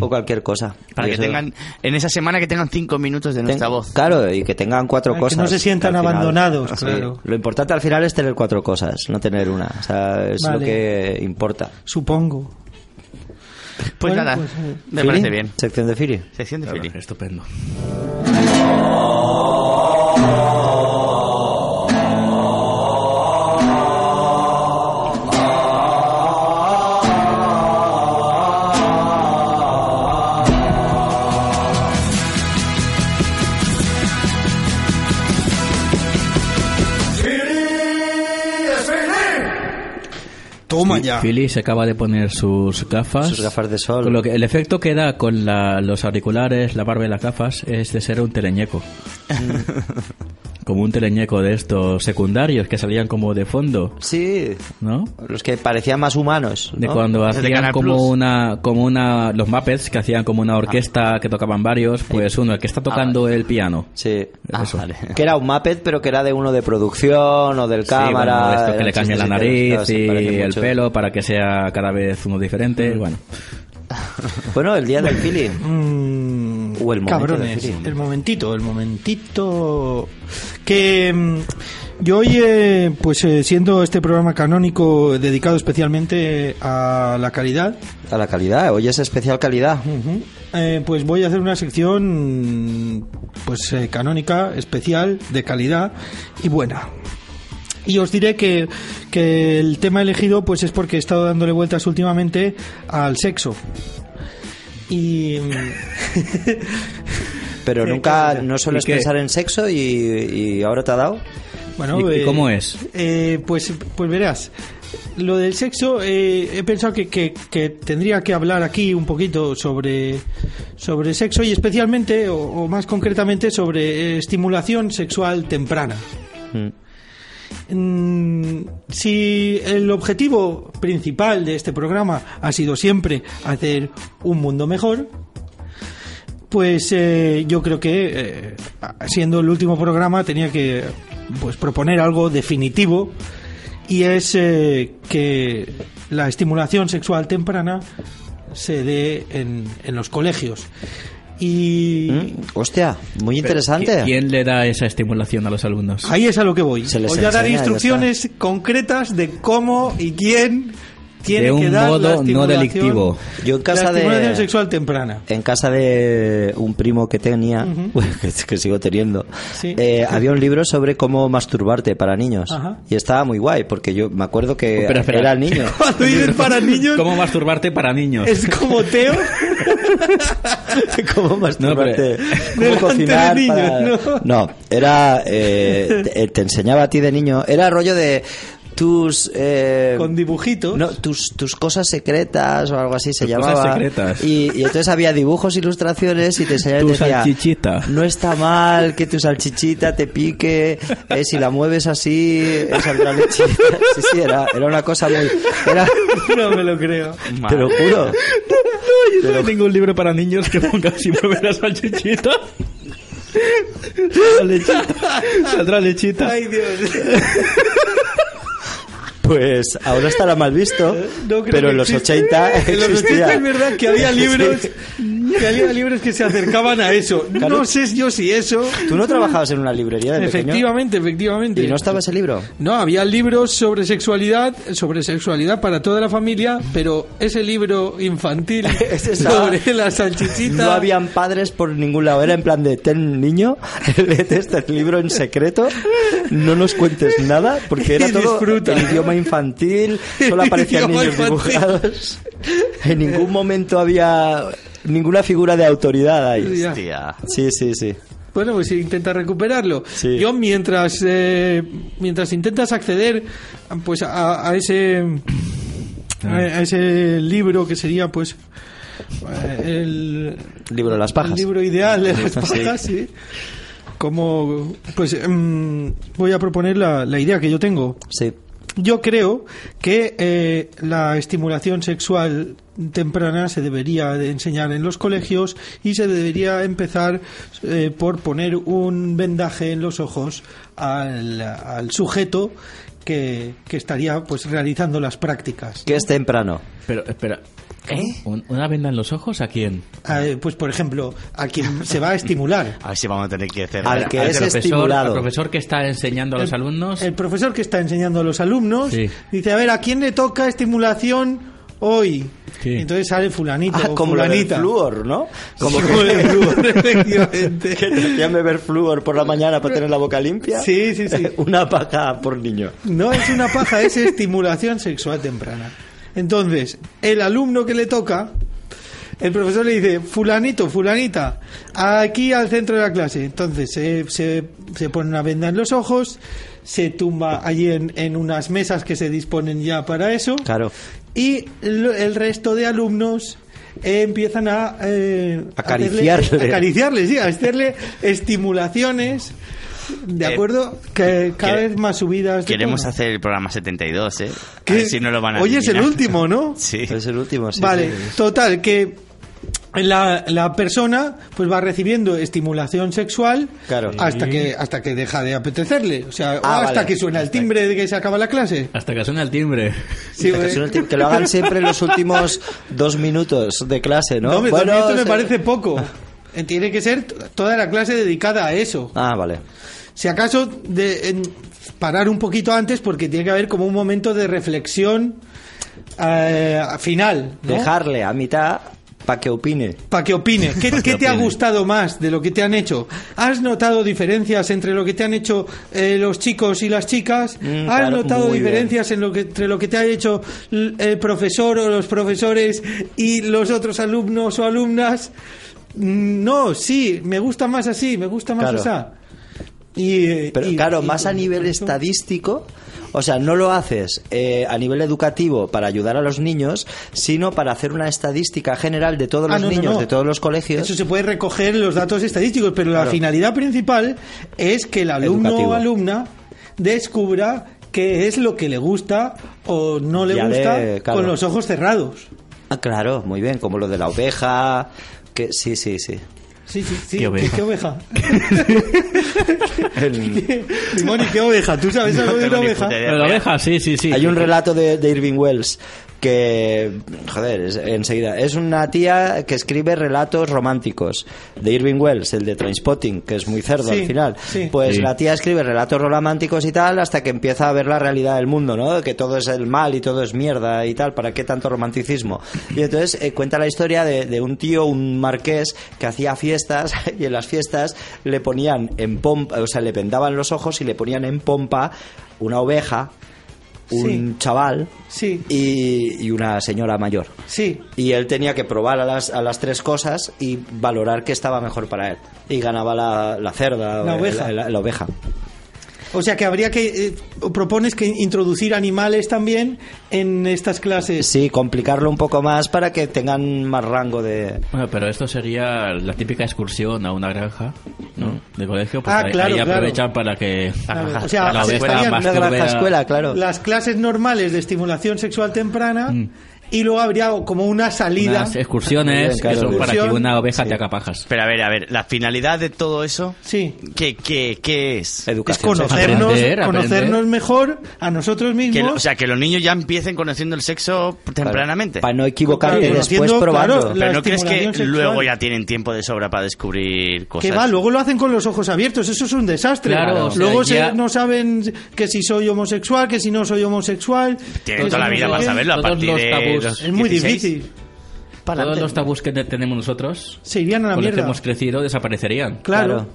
Speaker 2: o cualquier cosa.
Speaker 3: Para
Speaker 2: Y
Speaker 3: que
Speaker 2: eso-
Speaker 3: tengan, en esa semana que tengan 5 minutos de
Speaker 2: Ten-
Speaker 3: nuestra voz.
Speaker 2: Claro, y que tengan cuatro
Speaker 4: Ah, que
Speaker 2: cosas.
Speaker 4: no se sientan
Speaker 2: al final.
Speaker 4: abandonados, claro.
Speaker 2: Lo importante al final es tener cuatro cosas, no tener una. O sea, es lo
Speaker 4: Vale.
Speaker 2: que importa.
Speaker 4: Supongo.
Speaker 3: Pues
Speaker 4: Bueno,
Speaker 3: nada,
Speaker 4: pues, eh,
Speaker 3: me
Speaker 2: ¿Fili?
Speaker 3: parece bien.
Speaker 2: Sección de Firi.
Speaker 3: Sección de Fili.
Speaker 1: Ah, Estupendo.
Speaker 4: Toma ya.
Speaker 1: Philly se acaba de poner sus gafas.
Speaker 2: Sus gafas de sol.
Speaker 1: Con lo que- el efecto que da con la- los auriculares, la barba y las gafas es de ser un teleñeco. como un teleñeco de estos secundarios que salían como de fondo,
Speaker 2: Sí,
Speaker 1: ¿no?
Speaker 2: los que parecían más humanos.
Speaker 1: De
Speaker 2: ¿no?
Speaker 1: cuando
Speaker 3: Esos de
Speaker 1: hacían
Speaker 3: Canal
Speaker 1: como
Speaker 3: Plus.
Speaker 1: una, como una, los Muppets, que hacían como una orquesta que tocaban varios, pues uno, el que está tocando el piano.
Speaker 2: Sí.
Speaker 3: Ah,
Speaker 1: Eso.
Speaker 2: Que era un Muppet, pero que era de uno de producción o del
Speaker 1: Sí,
Speaker 2: cámara.
Speaker 1: bueno, esto que
Speaker 2: eran
Speaker 1: le cambia la
Speaker 2: chistecitos,
Speaker 1: nariz
Speaker 2: claro, se
Speaker 1: y
Speaker 2: parecen
Speaker 1: el
Speaker 2: mucho.
Speaker 1: pelo para que sea cada vez uno diferente. Bueno,
Speaker 2: Bueno, el día del Fili. o el momento
Speaker 4: Mm, Cabrones,
Speaker 2: del Fili.
Speaker 4: el momentito, el momentito. Que mm, Yo hoy, eh, pues eh, siendo este programa canónico dedicado especialmente a la calidad,
Speaker 2: A la calidad, hoy es especial calidad.
Speaker 4: eh, pues voy a hacer una sección pues eh, canónica, especial, de calidad y buena. Y os diré que, que el tema elegido pues es porque he estado dándole vueltas últimamente al sexo. Y
Speaker 2: Pero
Speaker 4: Sí,
Speaker 2: nunca,
Speaker 4: claro.
Speaker 2: no sueles
Speaker 1: ¿Y qué?
Speaker 2: pensar en sexo y, y ahora te ha dado.
Speaker 4: bueno,
Speaker 1: ¿Y- y
Speaker 4: eh,
Speaker 1: cómo es?
Speaker 4: eh, pues, pues verás, lo del sexo, eh, he pensado que, que- que tendría que hablar aquí un poquito sobre, sobre sexo y especialmente, o, o más concretamente, sobre eh, estimulación sexual temprana.
Speaker 2: Mm.
Speaker 4: Mm, si el objetivo principal de este programa ha sido siempre hacer un mundo mejor, pues eh, yo creo que eh, siendo el último programa tenía que pues proponer algo definitivo y es eh, que la estimulación sexual temprana se dé en, en los colegios. Y
Speaker 2: Mm, Hostia, muy interesante.
Speaker 1: ¿Qui- ¿Quién le da esa estimulación a los alumnos?
Speaker 4: Ahí es a lo que voy.
Speaker 2: Se les
Speaker 4: Voy a dar
Speaker 2: enseña, ya
Speaker 4: instrucciones concretas de cómo y quién tiene
Speaker 1: De un
Speaker 4: que dar la
Speaker 1: modo no
Speaker 4: estimulación-
Speaker 1: delictivo.
Speaker 2: Yo en casa
Speaker 4: la
Speaker 2: de-
Speaker 4: estimulación sexual temprana.
Speaker 2: En casa de un primo que tenía, pues, que, que sigo teniendo,
Speaker 4: Sí.
Speaker 2: eh, había un libro sobre cómo masturbarte para niños.
Speaker 4: Ajá.
Speaker 2: Y estaba muy guay, porque yo me acuerdo que
Speaker 1: Espera, Oh, espera.
Speaker 2: era niño.
Speaker 4: Cuando dices para niños
Speaker 1: ¿Cómo masturbarte para niños?
Speaker 4: es como Teo
Speaker 2: ¿Cómo masturbarte?
Speaker 1: No,
Speaker 2: ¿Cómo
Speaker 4: Delante
Speaker 2: cocinar
Speaker 4: de niños,
Speaker 2: para-
Speaker 4: ¿no?
Speaker 2: No, era... eh, te, te enseñaba a ti de niño. Era rollo de tus... eh,
Speaker 4: con dibujitos.
Speaker 2: No, tus, tus cosas secretas o algo así se
Speaker 1: Tus cosas
Speaker 2: llamaba.
Speaker 1: secretas.
Speaker 2: Y, y entonces había dibujos, ilustraciones y te enseñaba y
Speaker 1: Tu
Speaker 2: te decía,
Speaker 1: salchichita.
Speaker 2: No está mal que tu salchichita te pique, eh, si la mueves así, eh, saldrá lechita. Sí, sí, era, era una cosa muy... Era,
Speaker 4: No me lo creo.
Speaker 2: te lo juro.
Speaker 1: yo no hay ningún libro para niños que ponga si mueve la salchichita. Saldrá lechita. Saldrá lechita.
Speaker 4: Ay Dios.
Speaker 2: Pues ahora estará mal visto,
Speaker 4: No creo
Speaker 2: pero
Speaker 4: que
Speaker 2: en los
Speaker 4: exista.
Speaker 2: 80
Speaker 4: En los 80
Speaker 2: existía.
Speaker 4: es verdad que había libros
Speaker 2: Sí.
Speaker 4: que había libros que se acercaban a eso.
Speaker 2: Claro.
Speaker 4: No sé yo si eso.
Speaker 2: ¿Tú no trabajabas en una librería de pequeño?
Speaker 4: Efectivamente, efectivamente.
Speaker 2: ¿Y no estaba ese libro?
Speaker 4: No, había libros sobre sexualidad, sobre sexualidad para toda la familia, pero ese libro infantil
Speaker 2: Ese estaba-
Speaker 4: sobre la salchichita.
Speaker 2: No habían padres por ningún lado. Era en plan de, ten niño, léete este libro en secreto, no nos cuentes nada, porque era
Speaker 4: Y
Speaker 2: todo
Speaker 4: disfruta.
Speaker 2: en idioma infantil, solo
Speaker 4: En
Speaker 2: aparecían
Speaker 4: idioma
Speaker 2: niños
Speaker 4: infantil.
Speaker 2: dibujados. En ningún momento había ninguna figura de autoridad ahí.
Speaker 4: Ya.
Speaker 3: Hostia.
Speaker 2: Sí, sí, sí.
Speaker 4: Bueno, pues intenta recuperarlo.
Speaker 2: Sí.
Speaker 4: Yo mientras eh, mientras intentas acceder pues a, a ese a, a ese libro que sería pues eh, el
Speaker 2: Libro de las pajas.
Speaker 4: El libro ideal de las pajas, sí. Como, pues, mm, voy a proponer la, la idea que yo tengo.
Speaker 2: Sí.
Speaker 4: Yo creo que eh, la estimulación sexual temprana se debería de enseñar en los colegios y se debería empezar eh, por poner un vendaje en los ojos al, al sujeto que, que estaría pues realizando las prácticas.
Speaker 2: Que es temprano.
Speaker 1: Pero, espera.
Speaker 2: ¿Eh?
Speaker 1: ¿Un- ¿Una venda en los ojos a quién?
Speaker 4: Eh, pues por ejemplo, a quien se va a estimular.
Speaker 3: A ver si vamos a tener que hacer.
Speaker 2: Al que
Speaker 1: ¿Al
Speaker 2: es
Speaker 1: profesor,
Speaker 2: estimulado.
Speaker 1: al profesor que está enseñando a los alumnos.
Speaker 4: El profesor que está enseñando a los alumnos
Speaker 1: Sí.
Speaker 4: dice, a ver, ¿a quién le toca estimulación hoy?
Speaker 1: Sí.
Speaker 4: Y Entonces sale fulanito
Speaker 2: Ah,
Speaker 4: o
Speaker 2: como la del
Speaker 4: fulanita.
Speaker 2: flúor, ¿no? Como
Speaker 4: Como la del flúor,
Speaker 2: que te hacían beber flúor por la mañana para tener la boca limpia.
Speaker 4: Sí, sí, sí.
Speaker 2: Una paja por niño.
Speaker 4: No es una paja, es estimulación sexual temprana. Entonces, el alumno que le toca, el profesor le dice, fulanito, fulanita, aquí al centro de la clase. Entonces, se, se- se pone una venda en los ojos, se tumba allí en, en unas mesas que se disponen ya para eso.
Speaker 2: Claro.
Speaker 4: Y lo- el resto de alumnos eh, empiezan a eh,
Speaker 2: Acariciarle.
Speaker 4: hacerle- acariciarle, sí, a hacerle estimulaciones, ¿de
Speaker 3: Eh,
Speaker 4: acuerdo? Que cada
Speaker 3: quere-
Speaker 4: vez más subidas. de
Speaker 3: Queremos
Speaker 4: tono.
Speaker 3: hacer el programa 72, ¿eh? A
Speaker 4: Que-
Speaker 3: ver si no lo van a
Speaker 4: Hoy es el
Speaker 3: eliminar.
Speaker 4: último, ¿no?
Speaker 3: Sí.
Speaker 2: Es el último, sí.
Speaker 4: vale,
Speaker 2: sí, sí.
Speaker 4: total, que la, la persona pues va recibiendo estimulación sexual
Speaker 2: Claro.
Speaker 4: hasta que hasta que deja de apetecerle, o sea, o
Speaker 2: Ah,
Speaker 4: hasta
Speaker 2: vale.
Speaker 4: que suena el timbre de que se acaba la clase.
Speaker 1: Hasta que suena el timbre.
Speaker 4: Sí,
Speaker 2: Que,
Speaker 4: eh.
Speaker 2: es un último- que lo hagan siempre en los últimos dos minutos de clase, ¿no?
Speaker 4: No, hombre,
Speaker 2: Bueno,
Speaker 4: también esto me
Speaker 2: se-
Speaker 4: parece poco. Eh, Tiene que ser t- toda la clase dedicada a eso.
Speaker 2: Ah, vale.
Speaker 4: Si acaso, de, en- parar un poquito antes porque tiene que haber como un momento de reflexión eh, final. ¿no?
Speaker 2: Dejarle a mitad para que opine.
Speaker 4: Para que opine. ¿Qué,
Speaker 1: que
Speaker 4: qué te ha
Speaker 1: opine.
Speaker 4: gustado más de lo que te han hecho? ¿Has notado diferencias entre lo que te han hecho eh, los chicos y las chicas?
Speaker 2: Mm,
Speaker 4: ¿Has
Speaker 2: claro,
Speaker 4: notado
Speaker 2: muy bien.
Speaker 4: diferencias en lo que, entre lo que te ha hecho l- el profesor o los profesores y los otros alumnos o alumnas? Mm, No, sí, me gusta más así, me gusta más
Speaker 2: Claro.
Speaker 4: esa. Y, eh,
Speaker 2: Pero
Speaker 4: y-
Speaker 2: claro,
Speaker 4: y-
Speaker 2: más a nivel
Speaker 4: eso.
Speaker 2: estadístico, o sea, no lo haces eh, a nivel educativo para ayudar a los niños, sino para hacer una estadística general de todos
Speaker 4: Ah,
Speaker 2: los
Speaker 4: no, no,
Speaker 2: niños,
Speaker 4: no.
Speaker 2: de todos los colegios.
Speaker 4: Eso se puede recoger en los datos estadísticos, pero la finalidad principal es que el alumno
Speaker 2: Educativo.
Speaker 4: o alumna descubra qué es lo que le gusta o no le
Speaker 2: Ya de-
Speaker 4: gusta
Speaker 2: claro.
Speaker 4: con los ojos cerrados.
Speaker 2: Ah, claro, muy bien, como lo de la oveja, que sí, sí, sí.
Speaker 4: Sí, sí, sí.
Speaker 1: Qué oveja.
Speaker 4: oveja? Limón, ¿y qué oveja? ¿Tú sabes algo de
Speaker 3: tengo
Speaker 4: una
Speaker 3: ni
Speaker 4: oveja?
Speaker 3: puta idea.
Speaker 1: Pero la oveja, sí, sí, sí.
Speaker 2: Eh, Hay un relato de, de Irving Wells que, joder, es- enseguida. Es una tía que escribe relatos románticos de Irving Wells, el de Trainspotting, que es muy cerdo
Speaker 4: Sí,
Speaker 2: al final.
Speaker 4: sí.
Speaker 2: Pues
Speaker 1: Sí.
Speaker 2: la tía escribe relatos románticos y tal hasta que empieza a ver la realidad del mundo, ¿no? Que todo es el mal y todo es mierda y tal, ¿para qué tanto romanticismo? Y entonces eh, cuenta la historia de, de un tío, un marqués, que hacía fiestas y en las fiestas le ponían en pompa, o sea, le vendaban los ojos y le ponían en pompa una oveja un
Speaker 4: Sí.
Speaker 2: chaval
Speaker 4: Sí,
Speaker 2: y, y una señora mayor.
Speaker 4: sí.
Speaker 2: Y él tenía que probar a las, a las tres cosas y valorar qué estaba mejor para él. Y ganaba la, la cerda, o
Speaker 4: La
Speaker 2: el-
Speaker 4: oveja.
Speaker 2: la- la oveja.
Speaker 4: O sea que habría que... eh, propones que introducir animales también en estas clases.
Speaker 2: Sí, complicarlo un poco más para que tengan más rango de...
Speaker 1: Bueno, pero esto sería la típica excursión a una granja,
Speaker 2: Mm.
Speaker 1: ¿no? De colegio, pues
Speaker 4: Ah,
Speaker 1: ahí,
Speaker 4: claro,
Speaker 1: ahí
Speaker 4: claro.
Speaker 1: aprovechan para que
Speaker 4: Claro, o sea,
Speaker 1: la
Speaker 4: se
Speaker 1: oveja
Speaker 4: farían
Speaker 1: más
Speaker 2: Una granja escuela, claro.
Speaker 4: las clases normales de estimulación sexual temprana y luego habría como una salida.
Speaker 1: Unas excursiones
Speaker 2: Bien, claro,
Speaker 1: que son para que
Speaker 4: excursión.
Speaker 1: una oveja te haga pajas.
Speaker 3: Pero a ver, a ver, la finalidad de todo eso,
Speaker 4: Sí.
Speaker 3: ¿qué, qué, qué es?
Speaker 4: Es
Speaker 2: Educación sexual.
Speaker 4: conocernos,
Speaker 1: Aprender, aprender.
Speaker 4: conocernos mejor a nosotros
Speaker 3: Que,
Speaker 4: mismos.
Speaker 3: lo- o sea, que los niños ya empiecen conociendo el sexo tempranamente.
Speaker 2: Para no equivocarte
Speaker 4: Claro,
Speaker 2: después
Speaker 4: conociendo,
Speaker 2: probando.
Speaker 4: claro, la-
Speaker 3: Pero ¿no crees que
Speaker 4: estimulación
Speaker 3: luego
Speaker 4: sexual.
Speaker 3: ya tienen tiempo de sobra para descubrir cosas?
Speaker 4: que va, luego lo hacen con los ojos abiertos, eso es un desastre.
Speaker 1: Claro, o sea,
Speaker 4: luego se-
Speaker 1: ya-
Speaker 4: no saben que si soy homosexual, que si no soy homosexual.
Speaker 3: Tienen toda
Speaker 4: que si
Speaker 3: la
Speaker 4: no
Speaker 3: vida
Speaker 4: sé
Speaker 3: para
Speaker 4: qué.
Speaker 3: saberlo a
Speaker 1: Todos
Speaker 3: partir
Speaker 1: los
Speaker 3: de
Speaker 1: tabús.
Speaker 3: los
Speaker 4: Es muy
Speaker 3: 16.
Speaker 4: difícil.
Speaker 1: Todos los tabús que te- tenemos nosotros,
Speaker 4: Se irían a la
Speaker 1: con este los que
Speaker 4: mierda.
Speaker 1: hemos crecido, desaparecerían.
Speaker 4: Claro.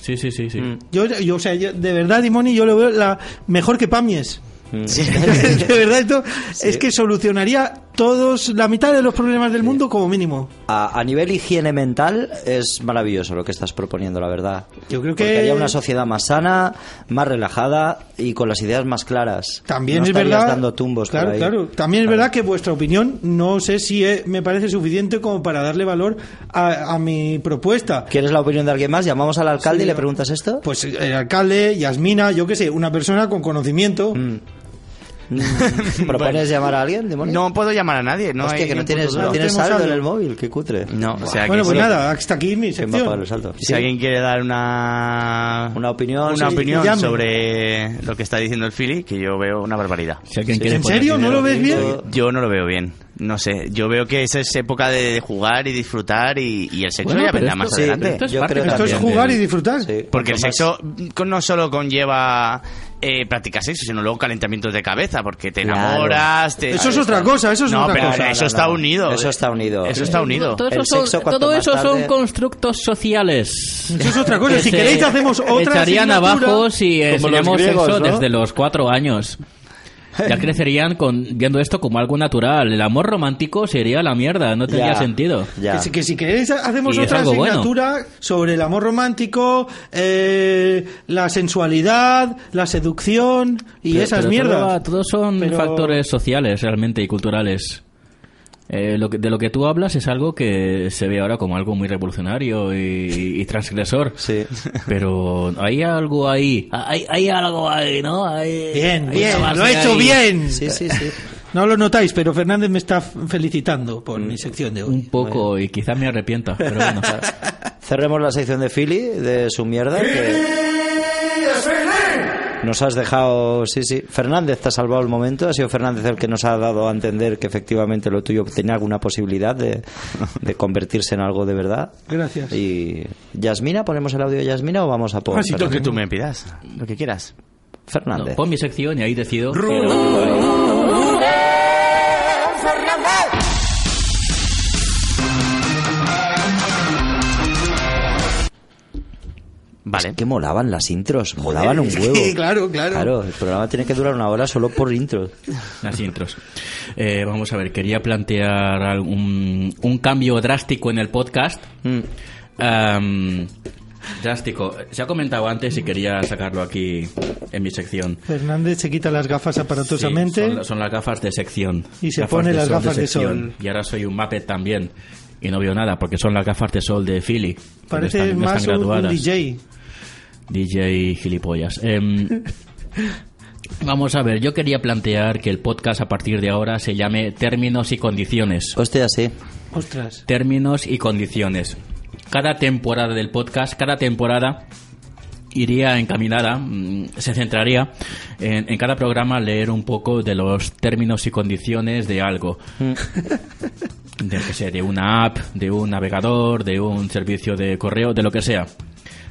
Speaker 1: Sí, sí, sí, sí.
Speaker 2: Mm.
Speaker 4: Yo, yo, o sea, yo- de verdad, Dimoni, yo lo veo la mejor que Pamies.
Speaker 2: Mm.
Speaker 3: Sí.
Speaker 4: de verdad, esto es que solucionaría todos la mitad de los problemas del mundo como mínimo.
Speaker 2: A, a nivel higiene mental es maravilloso lo que estás proponiendo, la verdad.
Speaker 4: Yo creo que-
Speaker 2: Porque haya una sociedad más sana, más relajada y con las ideas más claras.
Speaker 4: También
Speaker 2: No
Speaker 4: es
Speaker 2: estarías
Speaker 4: verdad.
Speaker 2: dando tumbos por
Speaker 4: Claro,
Speaker 2: ahí.
Speaker 4: claro. También es verdad que vuestra opinión no sé si eh, me parece suficiente como para darle valor a, a mi propuesta.
Speaker 2: ¿Quieres la opinión de alguien más? ¿Llamamos al alcalde
Speaker 4: Sí,
Speaker 2: y le
Speaker 4: yo-
Speaker 2: preguntas esto?
Speaker 4: Pues el alcalde, Yasmina, yo qué sé, una persona con conocimiento.
Speaker 2: Mm. ¿Propones llamar a alguien, demonio?
Speaker 3: No puedo llamar a nadie, no
Speaker 2: Hostia,
Speaker 3: hay
Speaker 2: que no
Speaker 3: ningún
Speaker 2: tienes,
Speaker 3: punto
Speaker 2: no
Speaker 3: duro.
Speaker 2: tienes
Speaker 4: tenemos
Speaker 2: saldo en
Speaker 4: saldo.
Speaker 2: el móvil, qué cutre.
Speaker 3: No, o sea,
Speaker 4: bueno,
Speaker 3: que
Speaker 4: pues
Speaker 3: sí.
Speaker 4: nada, hasta aquí mi
Speaker 2: ¿Quién va a pagar
Speaker 4: sección.
Speaker 2: el saldo?
Speaker 3: Si
Speaker 2: Sí.
Speaker 3: alguien quiere dar una
Speaker 2: Una opinión,
Speaker 3: una
Speaker 2: sí,
Speaker 3: opinión
Speaker 4: llame.
Speaker 3: sobre lo que está diciendo el Philly, que yo veo una barbaridad.
Speaker 1: Si alguien
Speaker 2: Sí.
Speaker 1: quiere
Speaker 4: ¿En
Speaker 1: poner
Speaker 4: serio? ¿No
Speaker 1: dinero
Speaker 4: lo ves
Speaker 1: aquí,
Speaker 4: bien?
Speaker 1: soy-
Speaker 3: Yo no lo veo bien, no sé. Yo veo que esa es época de, de jugar y disfrutar y, y el sexo
Speaker 1: Bueno,
Speaker 3: ya
Speaker 1: pero
Speaker 3: vendrá
Speaker 1: esto
Speaker 3: más
Speaker 1: sí,
Speaker 3: adelante.
Speaker 1: pero esto es
Speaker 2: Yo
Speaker 1: parte
Speaker 2: creo que
Speaker 4: Pues Esto es
Speaker 1: también
Speaker 4: jugar y
Speaker 1: del-
Speaker 4: disfrutar.
Speaker 2: ¿eh? Sí,
Speaker 3: Porque el
Speaker 2: cuanto más-
Speaker 3: sexo mm, no solo conlleva eh, práctica sexo, sino luego calentamientos de cabeza, porque te
Speaker 2: Claro.
Speaker 3: enamoras. te-
Speaker 4: Eso es otra cosa, eso es
Speaker 3: no,
Speaker 4: otra
Speaker 3: pero
Speaker 4: cosa.
Speaker 2: No,
Speaker 3: Eso
Speaker 2: no,
Speaker 3: está
Speaker 2: no.
Speaker 3: unido.
Speaker 2: Eso está unido.
Speaker 3: Eso está unido.
Speaker 1: Todo eso,
Speaker 2: El
Speaker 1: son,
Speaker 2: sexo, cuanto
Speaker 1: todo
Speaker 2: más
Speaker 1: eso son
Speaker 2: tarde-
Speaker 1: constructos sociales.
Speaker 4: Eso es otra cosa.
Speaker 1: Que
Speaker 4: Si
Speaker 1: se
Speaker 4: queréis hacemos otra
Speaker 1: Echarían
Speaker 4: asignatura.
Speaker 1: abajo si
Speaker 2: Como
Speaker 1: enseñamos
Speaker 2: los griegos,
Speaker 1: sexo
Speaker 2: ¿no?
Speaker 1: desde los cuatro años. Ya crecerían con, viendo esto como algo natural. El amor romántico sería la mierda, no tendría
Speaker 2: Ya,
Speaker 1: sentido.
Speaker 2: Ya.
Speaker 4: Que si, que si queréis hacemos
Speaker 1: Y es
Speaker 4: otra
Speaker 1: algo bueno.
Speaker 4: asignatura sobre el amor romántico, eh, la sensualidad, la seducción y
Speaker 1: Pero-
Speaker 4: esas
Speaker 1: pero
Speaker 4: mierdas.
Speaker 1: todo va- Todos son
Speaker 4: Pero-
Speaker 1: factores sociales realmente y culturales. Eh, lo que- de lo que tú hablas es algo que se ve ahora como algo muy revolucionario y, y transgresor.
Speaker 2: Sí.
Speaker 1: Pero hay algo ahí. Ah, Hay, hay algo ahí, ¿no? Hay-
Speaker 4: Bien,
Speaker 1: hay
Speaker 4: bien,
Speaker 1: una
Speaker 4: lo
Speaker 1: base
Speaker 4: he hecho
Speaker 1: ahí.
Speaker 4: bien.
Speaker 2: Sí, sí, sí.
Speaker 4: No lo notáis, pero Fernández me está f- felicitando por mi sección de
Speaker 1: Un
Speaker 4: hoy.
Speaker 1: poco y quizás me arrepienta, pero bueno.
Speaker 2: Cerremos la sección de Philly, de su mierda. Que... Nos has dejado, sí, sí. Fernández te ha salvado el momento. Ha sido Fernández el que nos ha dado a entender que efectivamente lo tuyo tenía alguna posibilidad de, de convertirse en algo de verdad.
Speaker 4: Gracias.
Speaker 2: Y Yasmina, ponemos el audio de Yasmina o vamos a por
Speaker 4: Ah, sí,
Speaker 3: Lo
Speaker 2: Fernández?
Speaker 3: que tú me pidas, lo que quieras.
Speaker 2: Fernández.
Speaker 1: Pon mi sección y ahí decido.
Speaker 3: Vale.
Speaker 2: Que molaban las intros, molaban un huevo.
Speaker 4: Sí, claro, claro.
Speaker 2: Claro, el programa tiene que durar una hora solo por intros.
Speaker 1: Las intros. Eh, vamos a ver, quería plantear algún- un cambio drástico en el podcast.
Speaker 4: Mm.
Speaker 1: Am, drástico. Se ha comentado antes y quería sacarlo aquí en mi sección.
Speaker 4: Fernández se quita las gafas
Speaker 1: Sí,
Speaker 4: aparatosamente.
Speaker 1: son, la- son las gafas de sección.
Speaker 4: Y se pone las gafas de
Speaker 1: sección.
Speaker 4: sol.
Speaker 1: Y ahora soy un Muppet también. Y no veo nada porque son las gafas de sol de Philly. que
Speaker 4: Parece
Speaker 1: no están- no
Speaker 4: más
Speaker 1: están
Speaker 4: un, un
Speaker 1: graduadas.
Speaker 4: DJ.
Speaker 1: DJ gilipollas. Em, vamos a ver, yo quería plantear que el podcast a partir de ahora se llame Términos y Condiciones.
Speaker 2: Hostia, sí.
Speaker 4: Ostras.
Speaker 1: Términos y Condiciones. Cada temporada del podcast, cada temporada iría encaminada, mm, se centraría en, en cada programa leer un poco de los términos y condiciones de algo. De, que sea, de una app, de un navegador, de un servicio de correo, de lo que sea.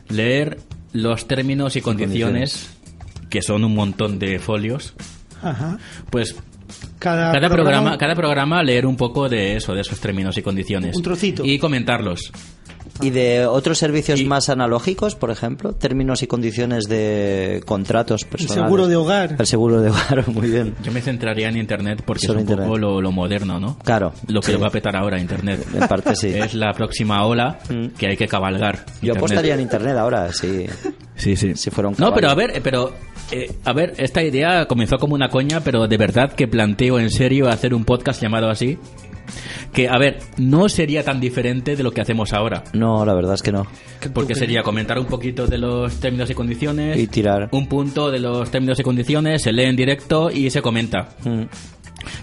Speaker 1: Leer los términos y condiciones, que son un montón de folios,
Speaker 4: Ajá.
Speaker 1: pues
Speaker 2: Ah,
Speaker 4: Cada,
Speaker 1: cada programa, cada programa leer un poco de eso, de esos términos y condiciones.
Speaker 4: Un trocito.
Speaker 1: Y comentarlos.
Speaker 2: ¿Y de otros servicios
Speaker 1: Y-
Speaker 2: más analógicos, por ejemplo? Términos y condiciones de contratos personales.
Speaker 4: seguro de hogar.
Speaker 2: El seguro de hogar, muy bien.
Speaker 1: Yo me centraría en Internet porque
Speaker 2: Solo
Speaker 1: es un
Speaker 2: Internet.
Speaker 1: poco lo, lo moderno, ¿no?
Speaker 2: Claro,
Speaker 1: Lo que
Speaker 2: sí.
Speaker 1: va a petar ahora Internet.
Speaker 2: En parte sí. Mm.
Speaker 1: Es la próxima ola que hay que cabalgar.
Speaker 2: Yo
Speaker 1: Internet.
Speaker 2: apostaría en Internet ahora, sí.
Speaker 1: Sí, sí.
Speaker 2: si fuera un
Speaker 1: No,
Speaker 2: caballo.
Speaker 1: pero a ver, eh, pero eh, a ver, esta idea comenzó como una coña, pero de verdad que planteo en serio hacer un podcast llamado así. Que, a ver, no sería tan diferente de lo que hacemos ahora.
Speaker 2: No, la verdad es que no.
Speaker 1: Porque sería comentar un poquito de los términos y condiciones.
Speaker 2: Y tirar.
Speaker 1: Un punto de los términos y condiciones, se lee en directo y se comenta.
Speaker 2: Mm.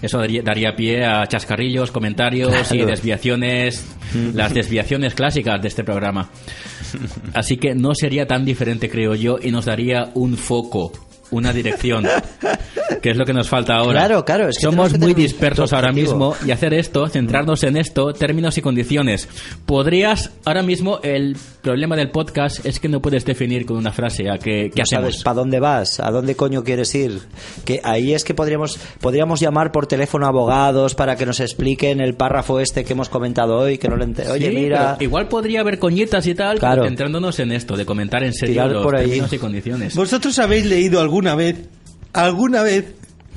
Speaker 1: Eso daría, daría pie a chascarrillos, comentarios y
Speaker 2: Claro.
Speaker 1: desviaciones, las desviaciones clásicas de este programa. Así que no sería tan diferente, creo yo, y nos daría un foco, una dirección, que es lo que nos falta ahora.
Speaker 2: Claro, claro, es que tenemos
Speaker 1: Somos
Speaker 2: que
Speaker 1: muy
Speaker 2: tener un
Speaker 1: dispersos ahora
Speaker 2: objetivo.
Speaker 1: mismo y hacer esto, centrarnos en esto, términos y condiciones. Podrías, ahora mismo, el problema del podcast es que no puedes definir con una frase a qué, qué
Speaker 2: ¿Sabes
Speaker 1: hacemos.
Speaker 2: para dónde vas? ¿A dónde coño quieres ir? Que ahí es que podríamos podríamos llamar por teléfono a abogados para que nos expliquen el párrafo este que hemos comentado hoy, que no lo ente- Oye,
Speaker 1: Sí,
Speaker 2: mira,
Speaker 1: pero Igual podría haber coñetas y tal,
Speaker 2: Claro.
Speaker 1: pero centrándonos en esto, de comentar en serio
Speaker 2: Tirar
Speaker 1: los
Speaker 2: por ahí.
Speaker 1: términos y condiciones.
Speaker 4: ¿Vosotros habéis leído alguna vez, alguna vez,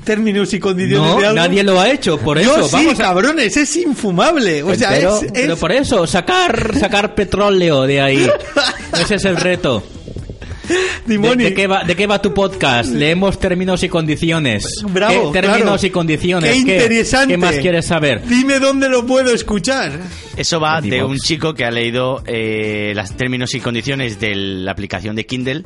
Speaker 4: términos y condiciones
Speaker 1: No,
Speaker 4: de algo?
Speaker 1: nadie lo ha hecho, por eso.
Speaker 4: Yo sí,
Speaker 1: vamos a-
Speaker 4: cabrones, es infumable. O sea,
Speaker 2: Pero-
Speaker 4: es, es-
Speaker 1: Pero por eso, sacar, sacar petróleo de ahí. Ese es el reto. ¿De,
Speaker 4: Dimoni,
Speaker 1: de qué va, de qué va tu podcast? Leemos términos y condiciones.
Speaker 4: Bravo,
Speaker 1: ¿Qué términos
Speaker 4: claro.
Speaker 1: y condiciones?
Speaker 4: Qué interesante.
Speaker 1: ¿Qué más quieres saber?
Speaker 4: Dime dónde lo puedo escuchar.
Speaker 3: Eso va
Speaker 1: En
Speaker 3: de
Speaker 1: iVoox.
Speaker 3: un chico que ha leído eh, los términos y condiciones de la aplicación de Kindle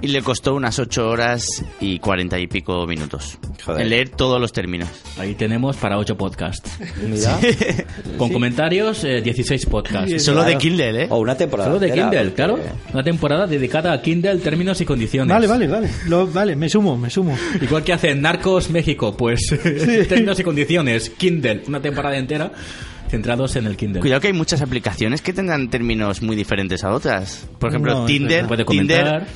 Speaker 3: y le costó unas 8 horas y 40 y pico minutos
Speaker 2: Joder.
Speaker 3: en leer todos los términos.
Speaker 1: Ahí tenemos para 8 podcasts.
Speaker 2: mira.
Speaker 1: Con comentarios, eh, 16 podcasts.
Speaker 3: Solo
Speaker 2: Claro.
Speaker 3: de Kindle, ¿eh?
Speaker 2: O una temporada.
Speaker 1: Solo de
Speaker 2: entera,
Speaker 1: Kindle, claro.
Speaker 2: porque-
Speaker 1: Una temporada dedicada a Kindle, términos y condiciones.
Speaker 4: Vale, vale, vale. Lo- vale, me sumo, me sumo.
Speaker 1: Igual que hacen Narcos México, pues términos y condiciones, Kindle, una temporada entera centrados en el Kindle.
Speaker 3: Cuidado que hay muchas aplicaciones que tendrán términos muy diferentes a otras. Por ejemplo,
Speaker 4: No, es
Speaker 3: Tinder.
Speaker 4: verdad.
Speaker 1: Puede
Speaker 3: Tinder,
Speaker 1: comentar.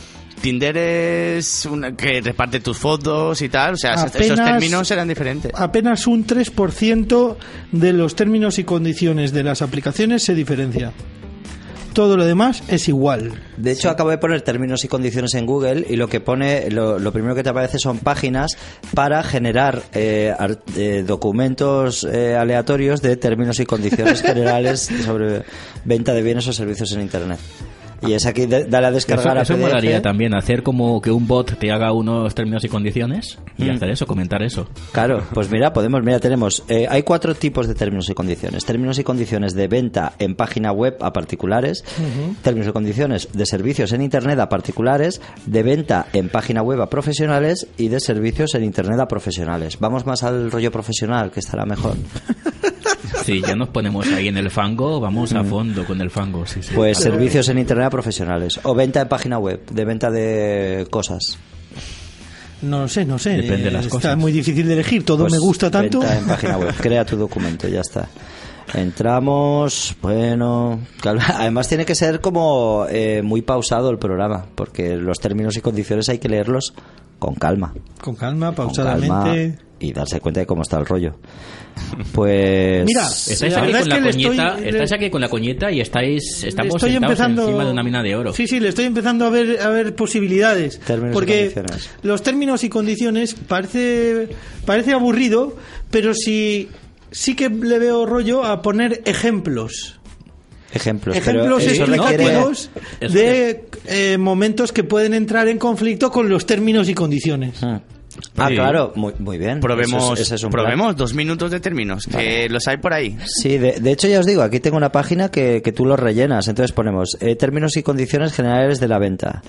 Speaker 3: Tinder es una que reparte tus fotos y tal. O sea, esos- esos
Speaker 4: Apenas-
Speaker 3: términos serán diferentes.
Speaker 2: Ah,
Speaker 4: Apenas un 3% de los términos y condiciones de las aplicaciones se diferencia. Todo lo demás es igual.
Speaker 2: De hecho, acabo de poner términos y condiciones en Google y lo que pone, lo, lo primero que te aparece son páginas para generar eh, ar- eh, documentos eh, aleatorios de términos y condiciones generales sobre venta de bienes o servicios en Internet. Y es aquí, de- dale a
Speaker 1: Eso,
Speaker 2: descargar
Speaker 1: eso
Speaker 2: a PDF.
Speaker 4: ¿eh?
Speaker 1: molaría también, hacer como que un bot te haga unos términos y condiciones y
Speaker 4: Mm.
Speaker 1: hacer eso, comentar eso.
Speaker 2: Claro, pues mira, podemos, mira, tenemos, eh, hay cuatro tipos de términos y condiciones. Términos y condiciones de venta en página web a particulares, términos y condiciones de servicios en Internet a particulares, de venta en página web a profesionales y de servicios en Internet a profesionales. Vamos más al rollo profesional, que estará mejor.
Speaker 1: Si ya nos ponemos ahí en el fango, vamos
Speaker 4: Mm.
Speaker 1: a fondo con el fango. Sí, sí.
Speaker 2: Pues servicios en Internet a profesionales o venta en página web, de venta de cosas.
Speaker 4: No sé, no sé.
Speaker 1: Depende de las
Speaker 4: Está
Speaker 1: cosas.
Speaker 4: muy difícil de elegir. Todo
Speaker 2: Pues,
Speaker 4: me gusta tanto.
Speaker 2: Venta en página web. Crea tu documento, ya está. Entramos, bueno, claro, además tiene que ser como eh, muy pausado el programa, porque los términos y condiciones hay que leerlos con calma.
Speaker 4: Con calma,
Speaker 2: Con calma
Speaker 4: pausadamente.
Speaker 2: y darse cuenta de cómo está el rollo. Pues.
Speaker 4: Mira, eh,
Speaker 1: Estáis,
Speaker 4: la
Speaker 1: aquí
Speaker 4: verdad
Speaker 1: con
Speaker 4: es
Speaker 1: la
Speaker 4: que le estoy-
Speaker 1: coñeta,
Speaker 4: le-
Speaker 1: estáis aquí con la coñeta y estáis estamos
Speaker 4: estoy
Speaker 1: sentados
Speaker 4: empezando
Speaker 1: encima de una mina de oro.
Speaker 4: Sí, sí, le estoy empezando a ver a ver posibilidades,
Speaker 2: Términos y
Speaker 4: porque
Speaker 2: condiciones.
Speaker 4: los términos y condiciones parece parece aburrido, pero sí sí que le veo rollo a poner ejemplos.
Speaker 2: Ejemplos,
Speaker 4: ejemplos
Speaker 2: pero eso requiere,
Speaker 4: explicativos
Speaker 1: Eso
Speaker 4: de eh, momentos que pueden entrar en conflicto con los términos y condiciones.
Speaker 2: Ah, Ah,
Speaker 3: Sí.
Speaker 2: claro, muy, muy bien.
Speaker 3: Probemos,
Speaker 2: Eso es- ese es un plan.
Speaker 3: probemos dos minutos de términos, que los hay por ahí.
Speaker 2: Sí, de, de hecho ya os digo, aquí tengo una página que, que tú los rellenas. Entonces ponemos eh, términos y condiciones generales de la venta.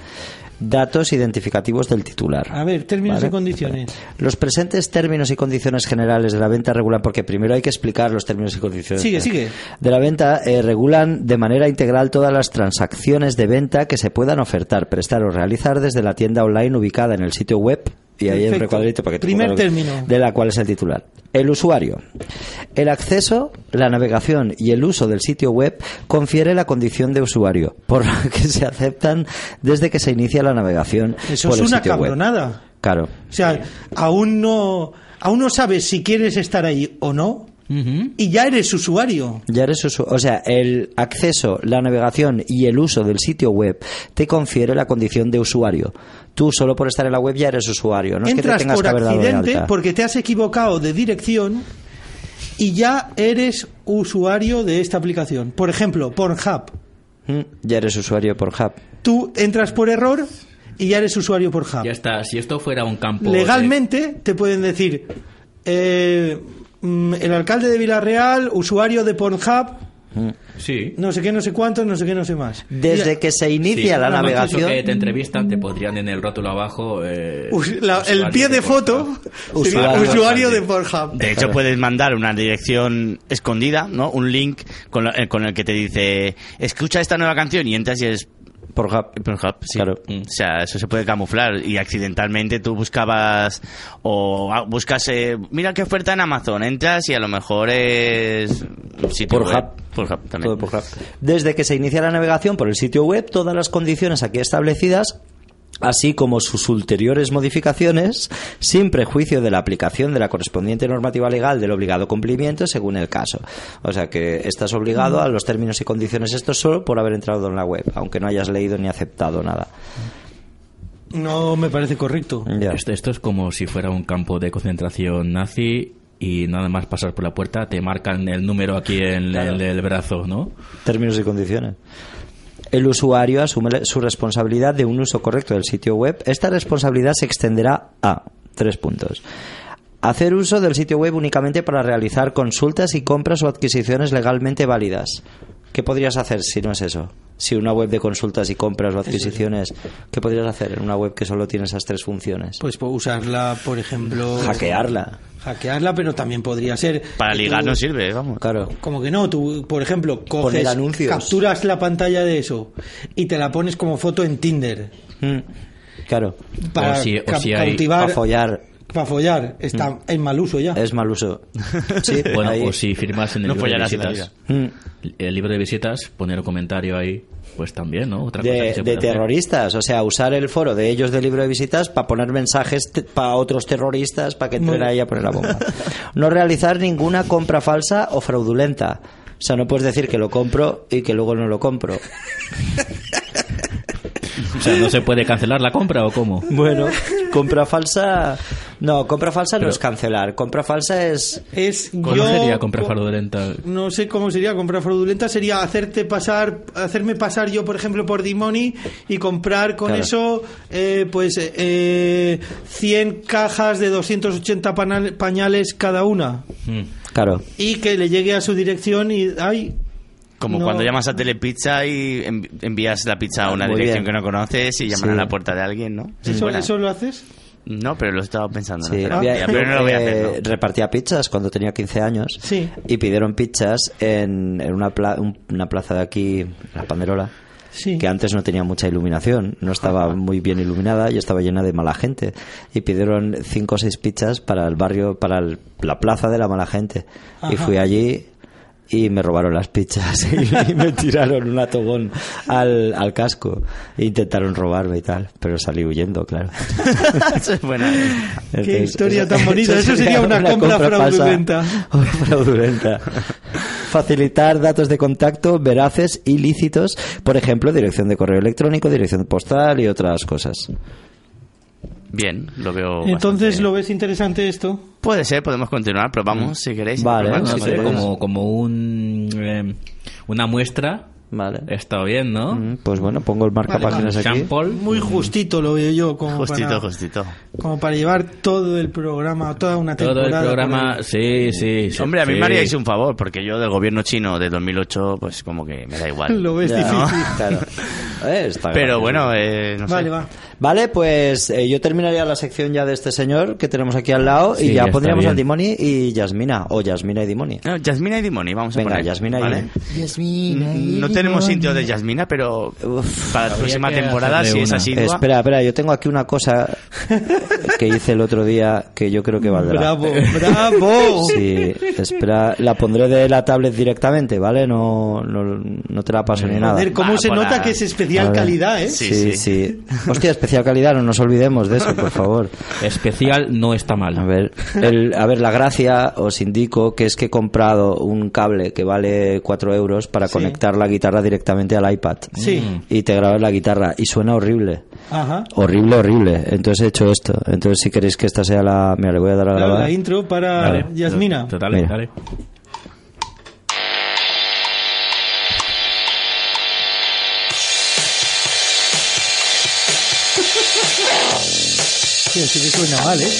Speaker 2: Datos identificativos del titular.
Speaker 4: A ver, términos
Speaker 2: ¿Vale?
Speaker 4: y condiciones.
Speaker 2: Los presentes términos y condiciones generales de la venta regulan, porque primero hay que explicar los términos y condiciones.
Speaker 4: Sigue,
Speaker 2: generales
Speaker 4: sigue.
Speaker 2: de la venta eh, regulan de manera integral todas las transacciones de venta que se puedan ofertar, prestar o realizar desde la tienda online ubicada en el sitio web y ahí en
Speaker 4: Perfecto.
Speaker 2: recuadrito para que te
Speaker 4: Primer
Speaker 2: acuerdes
Speaker 4: término.
Speaker 2: de la cual es el titular. El usuario. El acceso, la navegación y el uso del sitio web confiere la condición de usuario, por la que se aceptan desde que se inicia la navegación
Speaker 4: Eso
Speaker 2: por
Speaker 4: es
Speaker 2: el
Speaker 4: una
Speaker 2: sitio web.
Speaker 4: cabronada.
Speaker 2: Claro.
Speaker 4: O sea, aún no aún no sabes si quieres estar ahí o no
Speaker 1: Ujú.
Speaker 4: y ya eres usuario.
Speaker 2: Ya eres usu- o sea, el acceso, la navegación y el uso del sitio web te confiere la condición de usuario. Tú solo por estar en la web ya eres usuario, no es que te
Speaker 4: Entras
Speaker 2: tengas
Speaker 4: por
Speaker 2: que haber dado de
Speaker 4: accidente
Speaker 2: alta.
Speaker 4: porque te has equivocado de dirección y ya eres usuario de esta aplicación. Por ejemplo, Pornhub.
Speaker 2: Mm, Ya eres usuario por Hub.
Speaker 4: Tú entras por error y ya eres usuario por Hub.
Speaker 1: Ya está, si esto fuera un campo
Speaker 2: Pues,
Speaker 1: de-
Speaker 4: Legalmente te pueden decir eh, mm, el alcalde de Villarreal, usuario de Pornhub,
Speaker 1: sí.
Speaker 4: no sé qué, no sé cuánto, no sé qué, no sé más.
Speaker 2: Desde que se inicia
Speaker 1: Sí,
Speaker 2: la
Speaker 1: nada más
Speaker 2: navegación,
Speaker 1: que te entrevistan, te podrían en el rótulo abajo. eh,
Speaker 4: Us- la- el
Speaker 1: usuario
Speaker 4: pie de foto
Speaker 1: Pornhub.
Speaker 4: sería
Speaker 2: Usuario.
Speaker 4: usuario de Pornhub.
Speaker 3: De hecho, puedes mandar una dirección escondida, ¿no? Un link con, la- eh, con el que te dice, escucha esta nueva canción y entras y es
Speaker 2: por Hub.
Speaker 3: Pornhub, sí.
Speaker 2: Claro.
Speaker 3: O sea, eso se puede camuflar y accidentalmente tú buscabas o ah, buscas, eh, mira qué oferta en Amazon, entras y a lo mejor es un sitio
Speaker 2: Pornhub.
Speaker 3: web. Pornhub también.
Speaker 2: Todo por Hub. Desde que se inicia la navegación por el sitio web, todas las condiciones aquí establecidas así como sus ulteriores modificaciones, sin prejuicio de la aplicación de la correspondiente normativa legal del obligado cumplimiento según el caso. O sea que estás obligado a los términos y condiciones estos solo por haber entrado en la web, aunque no hayas leído ni aceptado nada.
Speaker 4: No me parece correcto.
Speaker 2: Ya.
Speaker 1: Esto, esto es como si fuera un campo de concentración nazi y nada más pasar por la puerta te marcan el número aquí en
Speaker 2: Claro.
Speaker 1: el, el brazo, ¿no?
Speaker 2: Términos y condiciones. El usuario asume la- su responsabilidad de un uso correcto del sitio web. Esta responsabilidad se extenderá a tres puntos. Hacer uso del sitio web únicamente para realizar consultas y compras o adquisiciones legalmente válidas. ¿Qué podrías hacer si no es eso? Si una web de consultas y compras o adquisiciones, ¿qué podrías hacer en una web que solo tiene esas tres funciones?
Speaker 4: Pues po- usarla, por ejemplo.
Speaker 2: Hackearla.
Speaker 4: Hackearla, pero también podría ser.
Speaker 3: Para
Speaker 4: que
Speaker 3: ligar
Speaker 4: tú-
Speaker 3: no sirve, eh, vamos.
Speaker 2: Claro.
Speaker 4: Como que no, tú, por ejemplo, coges,
Speaker 2: Poner anuncios.
Speaker 4: capturas la pantalla de eso y te la pones como foto en Tinder
Speaker 2: Mm. Claro.
Speaker 4: para
Speaker 1: si- o
Speaker 4: ca-
Speaker 1: si hay-
Speaker 4: cautivar, Ah.
Speaker 2: Para follar
Speaker 4: para follar. Está en mal uso ya.
Speaker 2: es mal uso. Sí,
Speaker 1: Bueno, pues
Speaker 2: ahí.
Speaker 1: o si firmas en el
Speaker 3: No
Speaker 1: libro de
Speaker 3: follarás en la vida.
Speaker 1: visitas.
Speaker 2: Mm.
Speaker 1: El libro de visitas, poner un comentario ahí, pues también, ¿no? Otra cosa que
Speaker 2: de,
Speaker 1: se
Speaker 2: de
Speaker 1: puede hacer.
Speaker 2: terroristas, o sea, usar el foro de ellos del libro de visitas para poner mensajes para otros terroristas para que entren
Speaker 4: Muy-
Speaker 2: ahí a poner la bomba. No realizar ninguna compra falsa o fraudulenta. O sea, no puedes decir que lo compro y que luego no lo compro.
Speaker 1: O sea, ¿no se puede cancelar la compra o cómo?
Speaker 2: Bueno, compra falsa. No, compra falsa no es cancelar. Compra falsa es.
Speaker 4: Es
Speaker 1: ¿Cómo
Speaker 4: yo-
Speaker 1: sería comprar
Speaker 4: co-
Speaker 1: fraudulenta?
Speaker 4: No sé cómo sería comprar fraudulenta. Sería hacerte pasar, hacerme pasar yo, por ejemplo, por Dimoni y comprar con
Speaker 2: Claro.
Speaker 4: eso, eh, pues, eh, 100 cajas de 280 panal- pañales cada una.
Speaker 1: Mm.
Speaker 2: Claro.
Speaker 4: Y que le llegue a su dirección y, ay,
Speaker 3: Como
Speaker 4: No.
Speaker 3: cuando llamas a Telepizza y envi- envías la pizza a una
Speaker 2: Ah, Muy
Speaker 3: dirección
Speaker 2: bien.
Speaker 3: que no conoces y
Speaker 2: Sí.
Speaker 3: llaman a la puerta de alguien, ¿no?
Speaker 2: Mm,
Speaker 3: Es
Speaker 4: ¿eso,
Speaker 3: buena.
Speaker 4: ¿eso lo haces?
Speaker 3: No, pero lo estaba pensando. ¿no?
Speaker 2: Sí,
Speaker 3: Pero-
Speaker 2: había-
Speaker 3: pero no lo voy a hacer.
Speaker 2: eh,
Speaker 3: ¿no?
Speaker 2: Repartía pizzas cuando tenía 15 años.
Speaker 4: Sí.
Speaker 2: Y pidieron pizzas en, en una, pla- un- una plaza de aquí, la Panderola.
Speaker 4: Sí.
Speaker 2: que antes no tenía mucha iluminación, no estaba muy bien iluminada y estaba llena de mala gente. Y pidieron cinco o seis pizzas para el barrio, para el- la plaza de la mala gente. Y
Speaker 4: Ajá.
Speaker 2: fui allí y me robaron las pichas y me tiraron un atogón al, al casco. E intentaron robarme y tal, pero salí huyendo, claro.
Speaker 3: Eso es buena.
Speaker 4: Qué historia tan bonita. Eso sería una, compra,
Speaker 2: falsa
Speaker 4: fraudulenta.
Speaker 2: o fraudulenta. Facilitar datos de contacto veraces y lícitos, por ejemplo, dirección de correo electrónico, dirección postal y otras cosas.
Speaker 3: Bien, lo veo.
Speaker 4: Entonces,
Speaker 3: bastante-
Speaker 4: ¿lo ves interesante esto?
Speaker 3: Puede ser, podemos continuar, probamos si queréis.
Speaker 2: Mm. Vale,
Speaker 3: Probamos,
Speaker 2: sí,
Speaker 3: si
Speaker 1: Vale,
Speaker 2: sí,
Speaker 3: queréis.
Speaker 1: como, como un, eh, una muestra.
Speaker 2: Vale.
Speaker 1: Está bien, ¿no?
Speaker 2: Mm, Pues bueno, pongo el marca páginas aquí.
Speaker 1: Jean-Paul.
Speaker 4: Muy justito lo veo yo, como, para,
Speaker 3: Justito, justito.
Speaker 4: como para llevar todo el programa, toda una
Speaker 1: Todo
Speaker 4: temporada.
Speaker 1: el
Speaker 4: por
Speaker 1: programa,
Speaker 4: ahí.
Speaker 1: sí, sí, sí,
Speaker 3: Hombre, a mí
Speaker 1: sí.
Speaker 3: me haríais un favor, porque yo del gobierno chino de 2008, pues como que me da igual.
Speaker 4: Lo ves
Speaker 2: Ya,
Speaker 4: difícil.
Speaker 2: claro. Eh, está gracioso.
Speaker 3: Pero bueno, eh, no sé.
Speaker 4: Vale, va.
Speaker 2: Vale, pues eh, yo terminaría la sección ya de este señor que tenemos aquí al lado
Speaker 1: Sí,
Speaker 2: y ya
Speaker 1: está
Speaker 2: pondríamos
Speaker 1: bien.
Speaker 2: al Dimoni y Yasmina, o Yasmina y Dimoni.
Speaker 3: No, Yasmina y Dimoni, vamos a
Speaker 2: Venga,
Speaker 3: poner.
Speaker 2: Yasmina y
Speaker 3: ¿vale?
Speaker 2: Dimoni.
Speaker 3: Mm, No tenemos sitio de Yasmina, pero para la próxima
Speaker 1: que
Speaker 3: temporada,
Speaker 1: hacerle
Speaker 3: si es
Speaker 1: una.
Speaker 3: así,
Speaker 2: Espera, espera, yo tengo aquí una cosa que hice el otro día que yo creo que valdrá.
Speaker 4: Bravo, bravo.
Speaker 2: Sí, espera, la pondré de la tablet directamente, ¿vale? No, no, no te la paso ni nada.
Speaker 4: Joder, cómo
Speaker 3: Va,
Speaker 1: Ah,
Speaker 4: se
Speaker 3: para-
Speaker 4: nota que es especial
Speaker 2: Vale.
Speaker 4: calidad, ¿eh?
Speaker 2: Sí,
Speaker 3: Sí,
Speaker 2: sí.
Speaker 3: sí.
Speaker 2: Hostia, especial calidad, no nos olvidemos de eso, por favor.
Speaker 1: Especial no está mal.
Speaker 2: A ver, el- a ver, la gracia os indico que es que he comprado un cable que vale 4 euros para
Speaker 4: Sí.
Speaker 2: conectar la guitarra directamente al iPad.
Speaker 4: Sí.
Speaker 2: Y te grabas la guitarra y suena horrible.
Speaker 4: Ajá.
Speaker 2: Horrible, horrible. Entonces he hecho esto. Entonces si queréis que esta sea la... Mira, le voy a dar a
Speaker 4: Claro,
Speaker 2: grabar.
Speaker 4: la intro para
Speaker 1: Vale.
Speaker 4: Ah, Yasmina.
Speaker 1: Total,
Speaker 2: Mira.
Speaker 1: dale.
Speaker 4: Sí, sí que suena mal, ¿eh?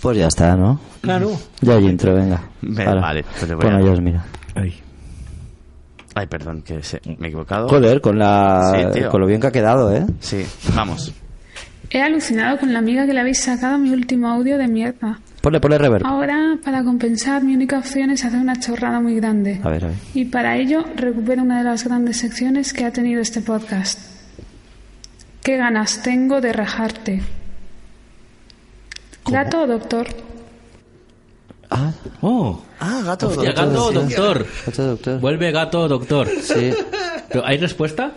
Speaker 2: Pues ya está, ¿no?
Speaker 4: Claro.
Speaker 2: Ya hay intro, venga.
Speaker 3: Ve-
Speaker 2: Ahora,
Speaker 3: vale, pues le voy
Speaker 2: pon
Speaker 3: a-
Speaker 2: a Yasmina.
Speaker 1: Ay.
Speaker 3: Ay, perdón, que se- me he equivocado.
Speaker 2: Joder, con, la,
Speaker 3: Oh. Sí, tío.
Speaker 2: con lo bien que ha quedado, ¿eh?
Speaker 3: Sí, vamos.
Speaker 5: He alucinado con la amiga que le habéis sacado mi último audio de mierda.
Speaker 2: Ponle, ponle reverb.
Speaker 5: Ahora, para compensar, mi única opción es hacer una chorrada muy grande.
Speaker 2: A ver, a ver.
Speaker 5: Y para ello, recupero una de las grandes secciones que ha tenido este podcast. ¿Qué ganas tengo de rajarte? Gato o doctor.
Speaker 2: Ah,
Speaker 1: Oh.
Speaker 3: Ah, gato.
Speaker 1: Hostia, gato, doctor.
Speaker 2: otro doctor.
Speaker 1: Vuelve gato, doctor.
Speaker 2: Sí.
Speaker 1: Pero, ¿Hay respuesta?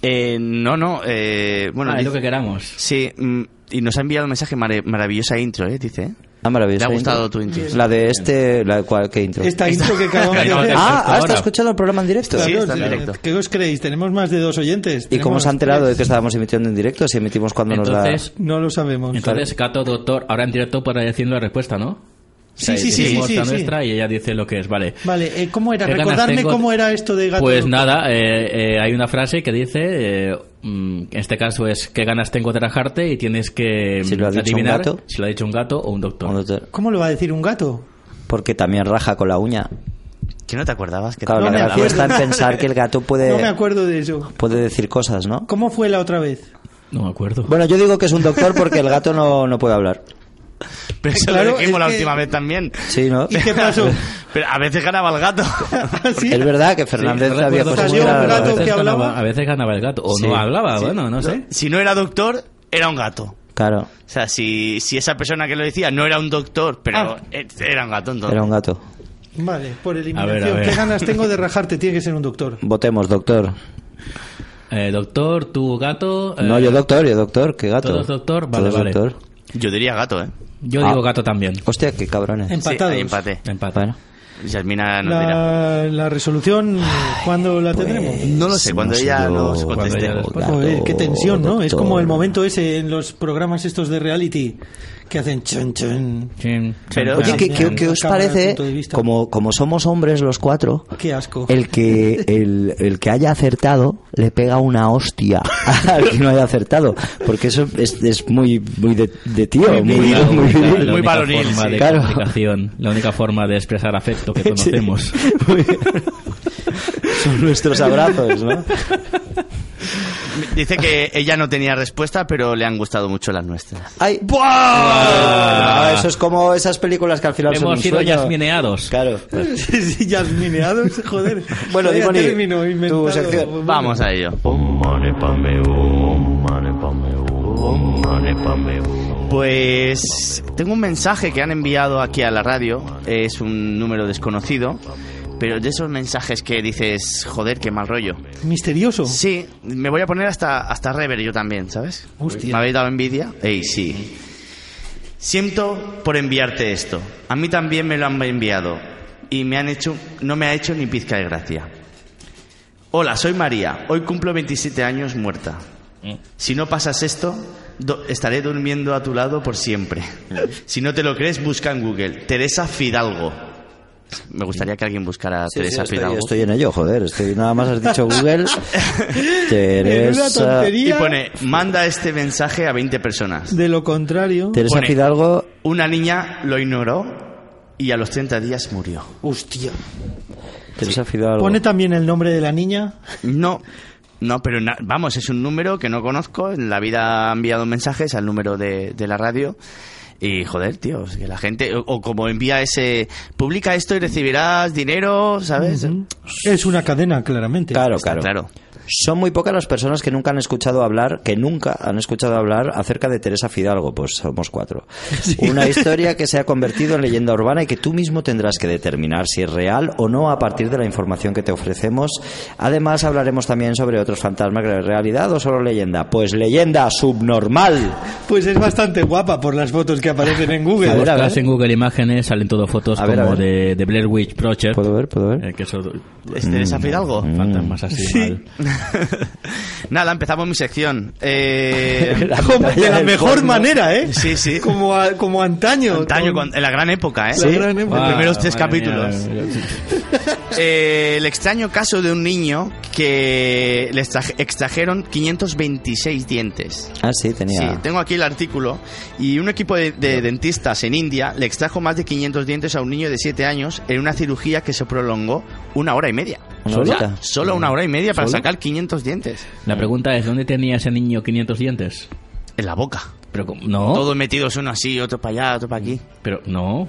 Speaker 3: Eh, no, no. Eh, bueno,
Speaker 1: Ah, es
Speaker 3: dice-
Speaker 1: lo que queramos.
Speaker 3: sí, mm, y nos ha enviado un mensaje mare- maravillosa intro, ¿eh? Dice. ¿eh?
Speaker 2: Ah,
Speaker 3: ¿Te
Speaker 2: maravilloso.
Speaker 3: ha gustado
Speaker 2: intro.
Speaker 3: tu intro?
Speaker 2: La de este... La, cual- ¿Qué intro?
Speaker 4: Esta intro que acabamos de
Speaker 1: Acabamos de
Speaker 4: hacer.
Speaker 1: hacer.
Speaker 2: Ah,
Speaker 1: Hasta
Speaker 2: ah, está
Speaker 1: ahora.
Speaker 2: escuchando el programa en directo.
Speaker 3: Sí,
Speaker 4: Claro,
Speaker 3: está en
Speaker 4: sí.
Speaker 3: directo.
Speaker 4: ¿Qué os creéis? Tenemos más de dos oyentes.
Speaker 2: ¿Y cómo
Speaker 4: Tenemos
Speaker 2: se ha enterado de
Speaker 4: tres.
Speaker 2: que estábamos emitiendo en directo? Si emitimos cuando nos
Speaker 1: Entonces,
Speaker 4: No lo sabemos.
Speaker 1: entonces gato, doctor, ahora en directo para decir la respuesta, ¿no?
Speaker 4: Sí,
Speaker 1: O sea,
Speaker 4: sí, sí,
Speaker 1: decimos
Speaker 4: sí, sí,
Speaker 1: la
Speaker 4: sí.
Speaker 1: nuestra y ella dice lo que es, vale.
Speaker 4: Vale, eh, ¿cómo era?
Speaker 1: ¿Qué ganas
Speaker 4: Recordarme
Speaker 1: tengo?
Speaker 4: cómo era esto de gato.
Speaker 1: Pues
Speaker 4: doctor.
Speaker 1: nada, eh, eh, hay una frase que dice, eh, mm, en este caso es, ¿qué ganas tengo de rajarte? Y tienes que
Speaker 2: Si lo ha
Speaker 1: mm,
Speaker 2: dicho un
Speaker 1: adivinar
Speaker 2: gato.
Speaker 1: si lo ha dicho un gato o un doctor.
Speaker 2: da... Doctor,
Speaker 4: ¿Cómo lo va a decir un gato?
Speaker 2: Porque también raja con la uña.
Speaker 3: ¿Que no te acordabas? Que
Speaker 2: Claro,
Speaker 4: No
Speaker 2: la
Speaker 4: me
Speaker 2: gracia
Speaker 4: acuerdo.
Speaker 2: está en pensar que el gato puede,
Speaker 4: No me acuerdo de eso.
Speaker 2: puede decir cosas, ¿no?
Speaker 4: ¿Cómo fue la otra vez?
Speaker 1: No me acuerdo.
Speaker 2: Bueno, yo digo que es un doctor porque el gato no, no puede hablar.
Speaker 3: Pero eso
Speaker 4: Claro,
Speaker 3: lo dijimos
Speaker 4: es
Speaker 3: la
Speaker 4: que-
Speaker 3: última vez también.
Speaker 2: Sí, ¿no?
Speaker 4: ¿Y qué pasó? ¿Ah,
Speaker 3: Pero a veces ganaba el gato.
Speaker 4: ¿Sí?
Speaker 2: Es verdad que Fernández
Speaker 1: Sí, no
Speaker 2: había
Speaker 1: recuerdo
Speaker 2: cosas
Speaker 1: cómo
Speaker 4: Salió
Speaker 2: que
Speaker 4: un
Speaker 1: era,
Speaker 2: eran-
Speaker 4: gato
Speaker 1: a veces
Speaker 4: que hablaba.
Speaker 1: ganaba- A veces ganaba el gato, o
Speaker 2: Sí.
Speaker 1: no hablaba, bueno, no sé.
Speaker 3: Si no era doctor, era un gato.
Speaker 2: Claro,
Speaker 3: O sea, si, si esa persona que lo decía no era un doctor, pero
Speaker 4: Ah.
Speaker 3: eh, era un gato, entonces.
Speaker 2: era un gato.
Speaker 4: Vale, por
Speaker 1: A ver, a
Speaker 4: eliminación.
Speaker 1: ver.
Speaker 4: ¿Qué ganas tengo de rajarte? Tiene que ser un doctor.
Speaker 2: Votemos, doctor.
Speaker 1: Eh, doctor, tu gato... eh,
Speaker 2: No, yo doctor, yo doctor, ¿qué gato?
Speaker 1: todos doctor, vale,
Speaker 2: Todos
Speaker 1: vale.
Speaker 2: doctor.
Speaker 3: Yo diría gato, ¿eh?
Speaker 1: Yo
Speaker 2: Ah.
Speaker 1: digo gato también.
Speaker 2: Hostia, qué cabrones.
Speaker 3: Sí,
Speaker 4: Empatados.
Speaker 3: hay empate.
Speaker 1: Empate.
Speaker 2: Bueno, Ah,
Speaker 3: Yasmina nos dirá.
Speaker 4: La, la resolución, ¿cuándo la tendremos?
Speaker 2: Pues,
Speaker 4: Pues,
Speaker 3: No lo sé, cuando
Speaker 2: sé
Speaker 3: ella
Speaker 2: yo,
Speaker 3: nos
Speaker 2: cuando
Speaker 3: conteste.
Speaker 1: ella nos
Speaker 2: Gato,
Speaker 4: Joder, qué tensión, ¿no? Es
Speaker 2: doctor.
Speaker 4: como el momento ese en los programas estos de reality que hacen chon chon.
Speaker 1: Chin,
Speaker 3: Pero-
Speaker 1: chin,
Speaker 2: Oye, ¿qué,
Speaker 1: chin,
Speaker 2: qué-
Speaker 1: chin.
Speaker 2: qué os
Speaker 4: Cámara,
Speaker 2: parece?
Speaker 4: punto de vista.
Speaker 2: Como, como somos hombres los cuatro,
Speaker 4: Qué asco.
Speaker 2: el que, el, el que haya acertado le pega una hostia al que no haya acertado. Porque eso es, es muy, muy de, de tío, muy, muy,
Speaker 1: La única- la
Speaker 2: viril.
Speaker 1: única
Speaker 3: varonil,
Speaker 1: forma
Speaker 3: sí.
Speaker 1: de
Speaker 2: Claro.
Speaker 1: comunicación, la única forma de expresar afecto que conocemos.
Speaker 2: Son nuestros abrazos, ¿no?
Speaker 3: Dice que ella no tenía respuesta, pero le han gustado mucho las nuestras.
Speaker 2: ¡Ay! Ah, eso es como esas películas que al final son un
Speaker 1: Hemos sido
Speaker 2: sueño.
Speaker 1: yasmineados.
Speaker 2: Claro.
Speaker 4: Sí, sí, yasmineados, joder.
Speaker 2: Bueno,
Speaker 4: Vaya
Speaker 2: Dimoni,
Speaker 4: término
Speaker 2: tu
Speaker 4: inventado.
Speaker 2: sección.
Speaker 3: Pues Vamos a ello. Pues tengo un mensaje que han enviado aquí a la radio. Es un número desconocido. Pero de esos mensajes que dices, joder, qué mal rollo.
Speaker 4: Misterioso.
Speaker 3: Sí, me voy a poner hasta, hasta rever yo también, ¿sabes?
Speaker 4: Hostia.
Speaker 3: ¿Me habéis dado envidia? Ey, sí. Siento por enviarte esto. A mí también me lo han enviado. Y me han hecho, no me ha hecho ni pizca de gracia. Hola, soy María. Hoy cumplo 27 años muerta.
Speaker 2: Mm.
Speaker 3: Si no pasas esto, do- estaré durmiendo a tu lado por siempre.
Speaker 2: Mm.
Speaker 3: Si no te lo crees, busca en Google. Teresa Fidalgo. Me gustaría que alguien buscara a
Speaker 2: Sí, sí,
Speaker 3: Teresa
Speaker 2: estoy,
Speaker 3: Fidalgo.
Speaker 2: estoy en ello, joder. Estoy, nada más has dicho Google.
Speaker 4: Menuda
Speaker 2: Teresa,
Speaker 4: tontería.
Speaker 3: Y pone, manda este mensaje a 20 personas.
Speaker 4: De lo contrario.
Speaker 2: Teresa
Speaker 3: Pone-
Speaker 2: Fidalgo.
Speaker 3: Una niña lo ignoró y a los 30 días murió.
Speaker 4: Hostia.
Speaker 2: Teresa Fidalgo.
Speaker 4: Pone también el nombre de la niña.
Speaker 3: No, no, pero na- vamos, es un número que no conozco. En la vida ha enviado mensajes al número de, de la radio. Y joder, tío, es que la gente, o, o como envía ese, publica esto y recibirás dinero, ¿sabes?
Speaker 4: Es una cadena, claramente.
Speaker 2: Claro,
Speaker 3: Está
Speaker 2: claro.
Speaker 3: claro.
Speaker 2: Son muy pocas las personas que nunca han escuchado hablar, que nunca han escuchado hablar acerca de Teresa Fidalgo, pues somos cuatro. Una historia que se ha convertido en leyenda urbana y que tú mismo tendrás que determinar si es real o no a partir de la información que te ofrecemos. Además hablaremos también sobre otros fantasmas de realidad o solo leyenda. Pues leyenda subnormal.
Speaker 4: Pues es bastante guapa por las fotos que aparecen en Google.
Speaker 2: A ver, a
Speaker 1: Buscas
Speaker 2: ver.
Speaker 1: en Google Imágenes, salen todo fotos
Speaker 2: A ver,
Speaker 1: como
Speaker 2: a ver.
Speaker 1: De, de Blair Witch Project.
Speaker 2: ¿Puedo ver? ¿Puedo ver?
Speaker 1: eh, que eso-
Speaker 3: ¿Es Teresa Fidalgo?
Speaker 1: fantasmas así mal.
Speaker 3: Nada, empezamos mi sección. Eh,
Speaker 4: Como de la
Speaker 2: El
Speaker 4: mejor
Speaker 2: porno.
Speaker 4: manera, ¿eh?
Speaker 3: Sí, sí.
Speaker 4: Como, a- como antaño.
Speaker 3: antaño,
Speaker 4: Con-
Speaker 3: cuando- en la gran época, ¿eh?
Speaker 4: La gran época.
Speaker 3: Los
Speaker 4: Ah,
Speaker 3: primeros tres
Speaker 1: madre mía.
Speaker 3: capítulos. Eh, el extraño caso de un niño que le extra- extrajeron 526 dientes.
Speaker 2: Ah, sí, tenía.
Speaker 3: Sí, tengo aquí el artículo. Y un equipo de, de dentistas en India le extrajo más de 500 dientes a un niño de 7 años en una cirugía que se prolongó una hora y media.
Speaker 2: ¿Una
Speaker 3: O sea,
Speaker 2: horita?
Speaker 3: solo una hora y media para
Speaker 1: ¿Solo?
Speaker 3: sacar 500 dientes.
Speaker 1: La pregunta es, ¿dónde tenía ese niño 500 dientes?
Speaker 3: En la boca.
Speaker 1: Pero como- no,
Speaker 3: Todos metidos uno así, otro para allá, otro para aquí.
Speaker 1: pero no,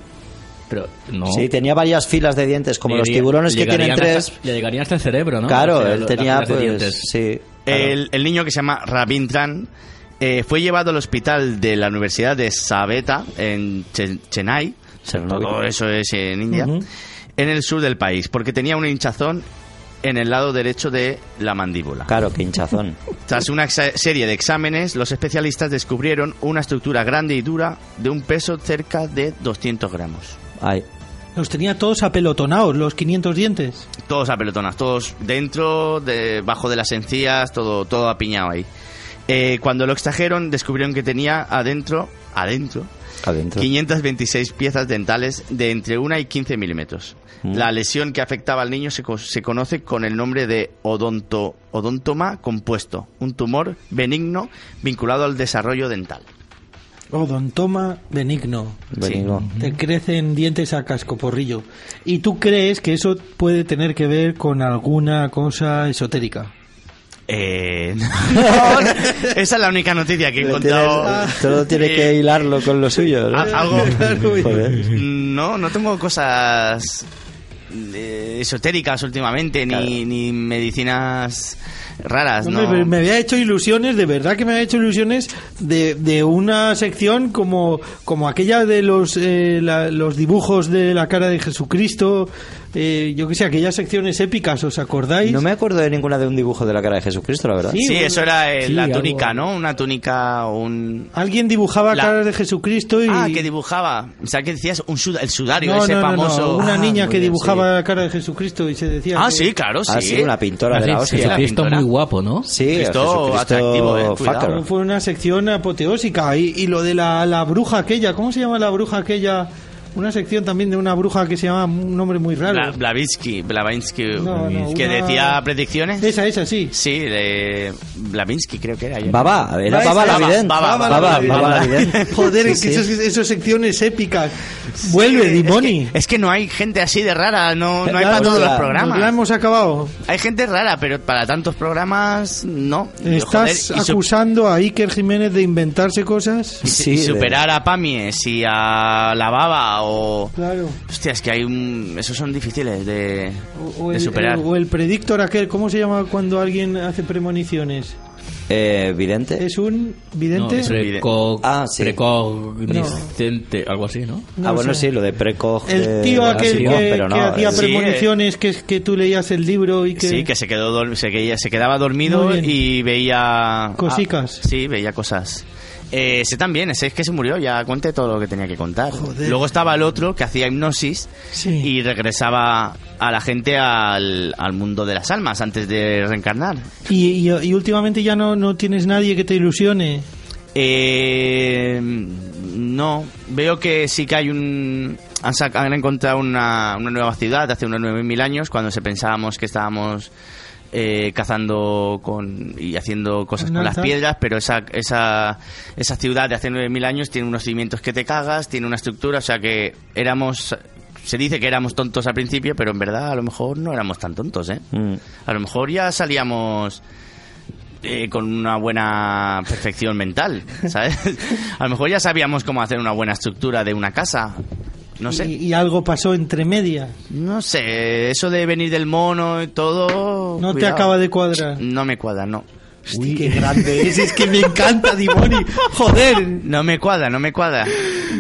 Speaker 1: pero no.
Speaker 2: Sí, tenía varias filas de dientes, como los tiburones que tienen
Speaker 1: Llegarían
Speaker 2: tres.
Speaker 1: hasta- le llegarían hasta el cerebro, ¿no? O
Speaker 2: Claro,
Speaker 1: sea,
Speaker 2: él
Speaker 1: lo-
Speaker 2: tenía
Speaker 1: las filas de
Speaker 2: pues
Speaker 1: dientes.
Speaker 2: sí.
Speaker 3: El, el niño que se llama Ravindran eh, fue llevado al hospital de la Universidad de Sabeta en Che- Chennai.
Speaker 2: Chernóbil.
Speaker 3: Todo eso es en India. En el sur del país, porque tenía un hinchazón en el lado derecho de la mandíbula.
Speaker 2: Claro, qué hinchazón.
Speaker 3: Tras una exa- serie de exámenes, los especialistas descubrieron una estructura grande y dura de un peso cerca de 200 gramos.
Speaker 2: Ay.
Speaker 4: Los tenía todos apelotonados, los 500 dientes.
Speaker 3: Todos a pelotonas, todos dentro, debajo de las encías, todo, todo apiñado ahí. Eh, cuando lo extrajeron, descubrieron que tenía adentro, adentro,
Speaker 2: Adentro.
Speaker 3: 526 piezas dentales de entre 1 y 15 milímetros.
Speaker 2: Mm.
Speaker 3: La lesión que afectaba al niño se, co- se conoce con el nombre de odonto, odontoma compuesto, un tumor benigno vinculado al desarrollo dental.
Speaker 4: Odontoma Oh, benigno.
Speaker 2: Benigno.
Speaker 4: Te crecen dientes a cascoporrillo. ¿Y tú crees que eso puede tener que ver con alguna cosa esotérica?
Speaker 3: Eh, no, esa es la única noticia que he
Speaker 2: Lo
Speaker 4: Ah.
Speaker 3: encontrado.
Speaker 2: tienes- todo tiene que
Speaker 3: Eh,
Speaker 2: hilarlo con lo suyo, ¿no?
Speaker 3: a- algo.
Speaker 2: Ah, Joder.
Speaker 3: Eh, No, no tengo cosas eh, esotéricas últimamente, ni, ni medicinas raras,
Speaker 4: Hombre,
Speaker 3: ¿no?
Speaker 4: pero me había hecho ilusiones, de verdad que me había hecho ilusiones de, de una sección como, como aquella de los, eh, la- los dibujos de la cara de Jesucristo, eh, yo que sé, aquellas secciones épicas, ¿os acordáis?
Speaker 2: No me acuerdo de ninguna de un dibujo de la cara de Jesucristo, la verdad.
Speaker 4: Sí,
Speaker 3: Sí,
Speaker 4: bueno.
Speaker 3: eso era eh,
Speaker 1: Sí,
Speaker 3: la
Speaker 1: algo-
Speaker 3: túnica, ¿no? Una túnica, un...
Speaker 4: Alguien dibujaba
Speaker 3: La-
Speaker 4: caras de Jesucristo y...
Speaker 3: Ah, que dibujaba. O sea, que decías un sud- el sudario,
Speaker 4: No,
Speaker 3: ese
Speaker 4: no, no, no,
Speaker 3: famoso...
Speaker 4: una
Speaker 3: Ah,
Speaker 4: niña
Speaker 2: muy
Speaker 4: que
Speaker 2: bien,
Speaker 4: dibujaba la cara de Jesucristo y se decía...
Speaker 3: Ah,
Speaker 4: que-
Speaker 3: sí, claro, sí.
Speaker 2: Ah, sí, una pintora de la
Speaker 1: Así,
Speaker 2: hostia.
Speaker 1: Jesucristo
Speaker 3: La pintora.
Speaker 1: muy guapo, ¿no?
Speaker 2: Sí,
Speaker 3: Jesucristo
Speaker 2: Jesucristo
Speaker 3: atractivo, eh, cuidado.
Speaker 2: fucker.
Speaker 4: Pero Fue una sección apoteósica. Y, y lo de la, la bruja aquella, ¿cómo se llama la bruja aquella? Una sección también de una bruja que se llama un nombre muy raro.
Speaker 3: Bla- Blavinsky, Blavinsky,
Speaker 4: No, no,
Speaker 3: que
Speaker 4: una-
Speaker 3: decía predicciones.
Speaker 4: Esa, esa, sí.
Speaker 3: Sí, de Blavinsky creo que era. yo.
Speaker 2: Baba, era
Speaker 4: Baba,
Speaker 2: Baba la
Speaker 3: Baba,
Speaker 2: vidente.
Speaker 3: Baba,
Speaker 2: Baba,
Speaker 3: Baba,
Speaker 2: Baba la
Speaker 3: Baba.
Speaker 2: vidente.
Speaker 4: Joder,
Speaker 2: Sí,
Speaker 4: es que
Speaker 2: sí.
Speaker 4: esas, esas secciones épicas. Vuelve, Dimoni.
Speaker 3: Es que, es que no hay gente así de rara, no, no hay
Speaker 4: Ya,
Speaker 3: para todos
Speaker 4: hostia,
Speaker 3: los
Speaker 4: nos La
Speaker 3: programas.
Speaker 4: hemos acabado.
Speaker 3: Hay gente rara, pero para tantos programas no. Y,
Speaker 4: Estás
Speaker 3: joder, y su-
Speaker 4: acusando a Iker Jiménez de inventarse cosas.
Speaker 3: y su-
Speaker 2: Sí,
Speaker 3: y
Speaker 2: de-
Speaker 3: superar a Pamies y a la Baba o...
Speaker 4: Claro.
Speaker 3: Hostia, es que hay un... Esos son difíciles de,
Speaker 4: O, o
Speaker 3: de
Speaker 4: el, eh,
Speaker 3: superar.
Speaker 4: o el predictor aquel, ¿cómo se llama cuando alguien hace premoniciones?
Speaker 2: Eh, vidente.
Speaker 4: ¿Es un
Speaker 1: No,
Speaker 4: vidente?
Speaker 1: preco-
Speaker 2: Ah, sí.
Speaker 1: precogniscente, algo así, ¿no?
Speaker 4: no
Speaker 2: ah, bueno,
Speaker 4: sé.
Speaker 2: sí, lo de precoz.
Speaker 4: El tío
Speaker 2: de-
Speaker 4: aquel
Speaker 2: Eh, sí,
Speaker 4: que,
Speaker 2: no, pero no,
Speaker 4: que hacía
Speaker 2: es-
Speaker 3: pre-
Speaker 4: premoniciones, que, que tú leías el libro y que...
Speaker 3: Sí, que se quedó dor- se, que- se quedaba dormido
Speaker 4: Muy bien.
Speaker 3: y veía
Speaker 4: Cosicas.
Speaker 3: Ah, sí, veía cosas. Eh, ese también, ese es que se murió, ya conté todo lo que tenía que contar.
Speaker 4: Joder.
Speaker 3: Luego estaba el otro que hacía hipnosis
Speaker 4: Sí.
Speaker 3: y regresaba a la gente al, al mundo de las almas antes de reencarnar.
Speaker 4: Y, y- y últimamente ya no, no tienes nadie que te ilusione.
Speaker 3: Eh, no, veo que sí que hay un... Han, sac- han encontrado una, una nueva ciudad hace unos 9.000 años cuando se pensábamos que estábamos eh, cazando con, y haciendo cosas con las
Speaker 4: Lanzas.
Speaker 3: piedras, pero esa, esa, esa ciudad de hace 9.000 años tiene unos cimientos que te cagas, tiene una estructura, o sea que éramos... Se dice que éramos tontos al principio, pero en verdad a lo mejor no éramos tan tontos, ¿eh?
Speaker 2: Mm.
Speaker 3: A lo mejor ya salíamos eh, con una buena perfección mental, ¿sabes? A lo mejor ya sabíamos cómo hacer una buena estructura de una casa. No sé,
Speaker 4: Y, y algo pasó entre media.
Speaker 3: no sé, eso de venir del mono y todo...
Speaker 4: No te
Speaker 3: cuidado.
Speaker 4: acaba de cuadrar.
Speaker 3: No me cuadra, no.
Speaker 4: Uy, qué grande es. Es que me encanta Dimoni. Joder.
Speaker 3: No me cuadra, no me cuadra.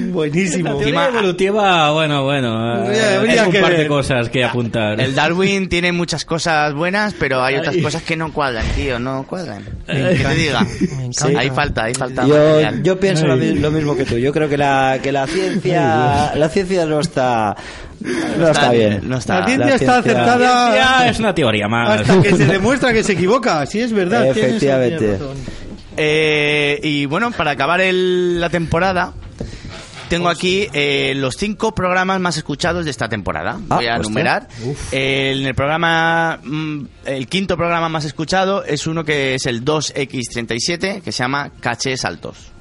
Speaker 4: Buenísimo.
Speaker 3: Encima,
Speaker 1: evolutiva, bueno, bueno.
Speaker 4: eh, Habría- habría
Speaker 1: hay un
Speaker 4: que
Speaker 1: par
Speaker 4: ver.
Speaker 1: de cosas que apuntar.
Speaker 3: el Darwin tiene muchas cosas buenas, pero hay otras cosas que no cuadran, tío, no cuadran. Que te diga.
Speaker 4: encanta.
Speaker 3: Ahí falta, ahí falta.
Speaker 2: Yo,
Speaker 3: material.
Speaker 2: yo pienso lo, mi- lo mismo que tú. Yo creo que la, que la ciencia la ciencia no está no está bien.
Speaker 3: No está.
Speaker 4: La ciencia está
Speaker 2: ciencia-
Speaker 4: aceptada
Speaker 1: Ya es una teoría
Speaker 3: Ah,
Speaker 2: Ah,
Speaker 1: más.
Speaker 4: hasta que se demuestra que se equivoca. Sí, es verdad. tienes-
Speaker 2: Efectivamente.
Speaker 4: tienes razón.
Speaker 3: Eh, y bueno, para acabar el- la temporada, tengo aquí eh, los cinco programas más escuchados de esta temporada.
Speaker 2: Ah,
Speaker 3: Voy a
Speaker 2: hostia.
Speaker 3: enumerar. Eh, en el programa, mm, el quinto programa más escuchado es uno que es el 2X37, que se llama Cachés Altos.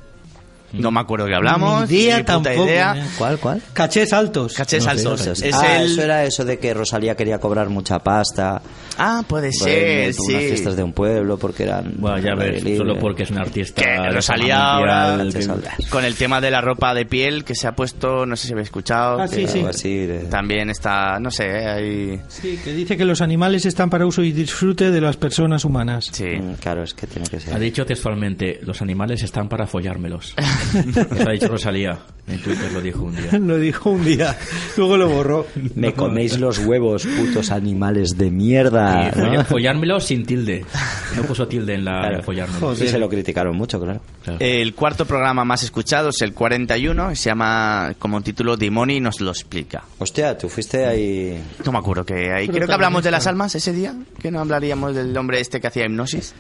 Speaker 3: No me acuerdo que hablamos.
Speaker 4: Ni idea
Speaker 3: ni puta
Speaker 4: tampoco,
Speaker 3: idea.
Speaker 4: ¿eh?
Speaker 2: ¿Cuál, cuál?
Speaker 4: Cachés altos.
Speaker 3: Cachés
Speaker 2: No sé,
Speaker 3: Altos.
Speaker 2: no sé.
Speaker 3: Es
Speaker 2: ah,
Speaker 3: el-
Speaker 2: eso era eso de que Rosalía quería cobrar mucha pasta.
Speaker 3: Ah, puede
Speaker 2: por
Speaker 3: ser,
Speaker 2: el- por unas
Speaker 3: sí.
Speaker 2: fiestas de un pueblo porque eran.
Speaker 1: Bueno, ya ves,
Speaker 2: libre.
Speaker 1: solo porque es un artista.
Speaker 3: que
Speaker 1: de
Speaker 3: Rosalía
Speaker 1: fama
Speaker 3: ahora
Speaker 1: mundial,
Speaker 2: Cachés
Speaker 1: que-
Speaker 2: Altos.
Speaker 3: con el tema de la ropa de piel que se ha puesto, no sé si habéis escuchado.
Speaker 4: Ah,
Speaker 3: que
Speaker 4: sí.
Speaker 2: Algo así de-
Speaker 3: También está, no sé, eh, hay...
Speaker 4: Sí, que dice que los animales están para uso y disfrute de las personas humanas.
Speaker 3: Sí.
Speaker 2: Mm, Claro, es que tiene que ser.
Speaker 1: Ha dicho textualmente, los animales están para follármelos. Eso ha dicho Rosalía. En Twitter lo dijo un día.
Speaker 4: Lo dijo un día, luego lo borró.
Speaker 2: Me coméis los huevos, putos animales de mierda.
Speaker 1: Y folla-
Speaker 2: Ah, ¿no?
Speaker 1: follármelos sin tilde. No puso tilde en la
Speaker 2: Claro.
Speaker 1: follármelos.
Speaker 4: eh,
Speaker 2: Sí, se lo criticaron mucho, claro.
Speaker 1: Claro.
Speaker 3: El cuarto programa más escuchado es el 41, que se llama como título Dimoni nos lo explica.
Speaker 2: Hostia, tú fuiste ahí.
Speaker 3: No me acuerdo que ahí. Creo que hablamos de las almas ese día, que no hablaríamos del hombre este que hacía hipnosis.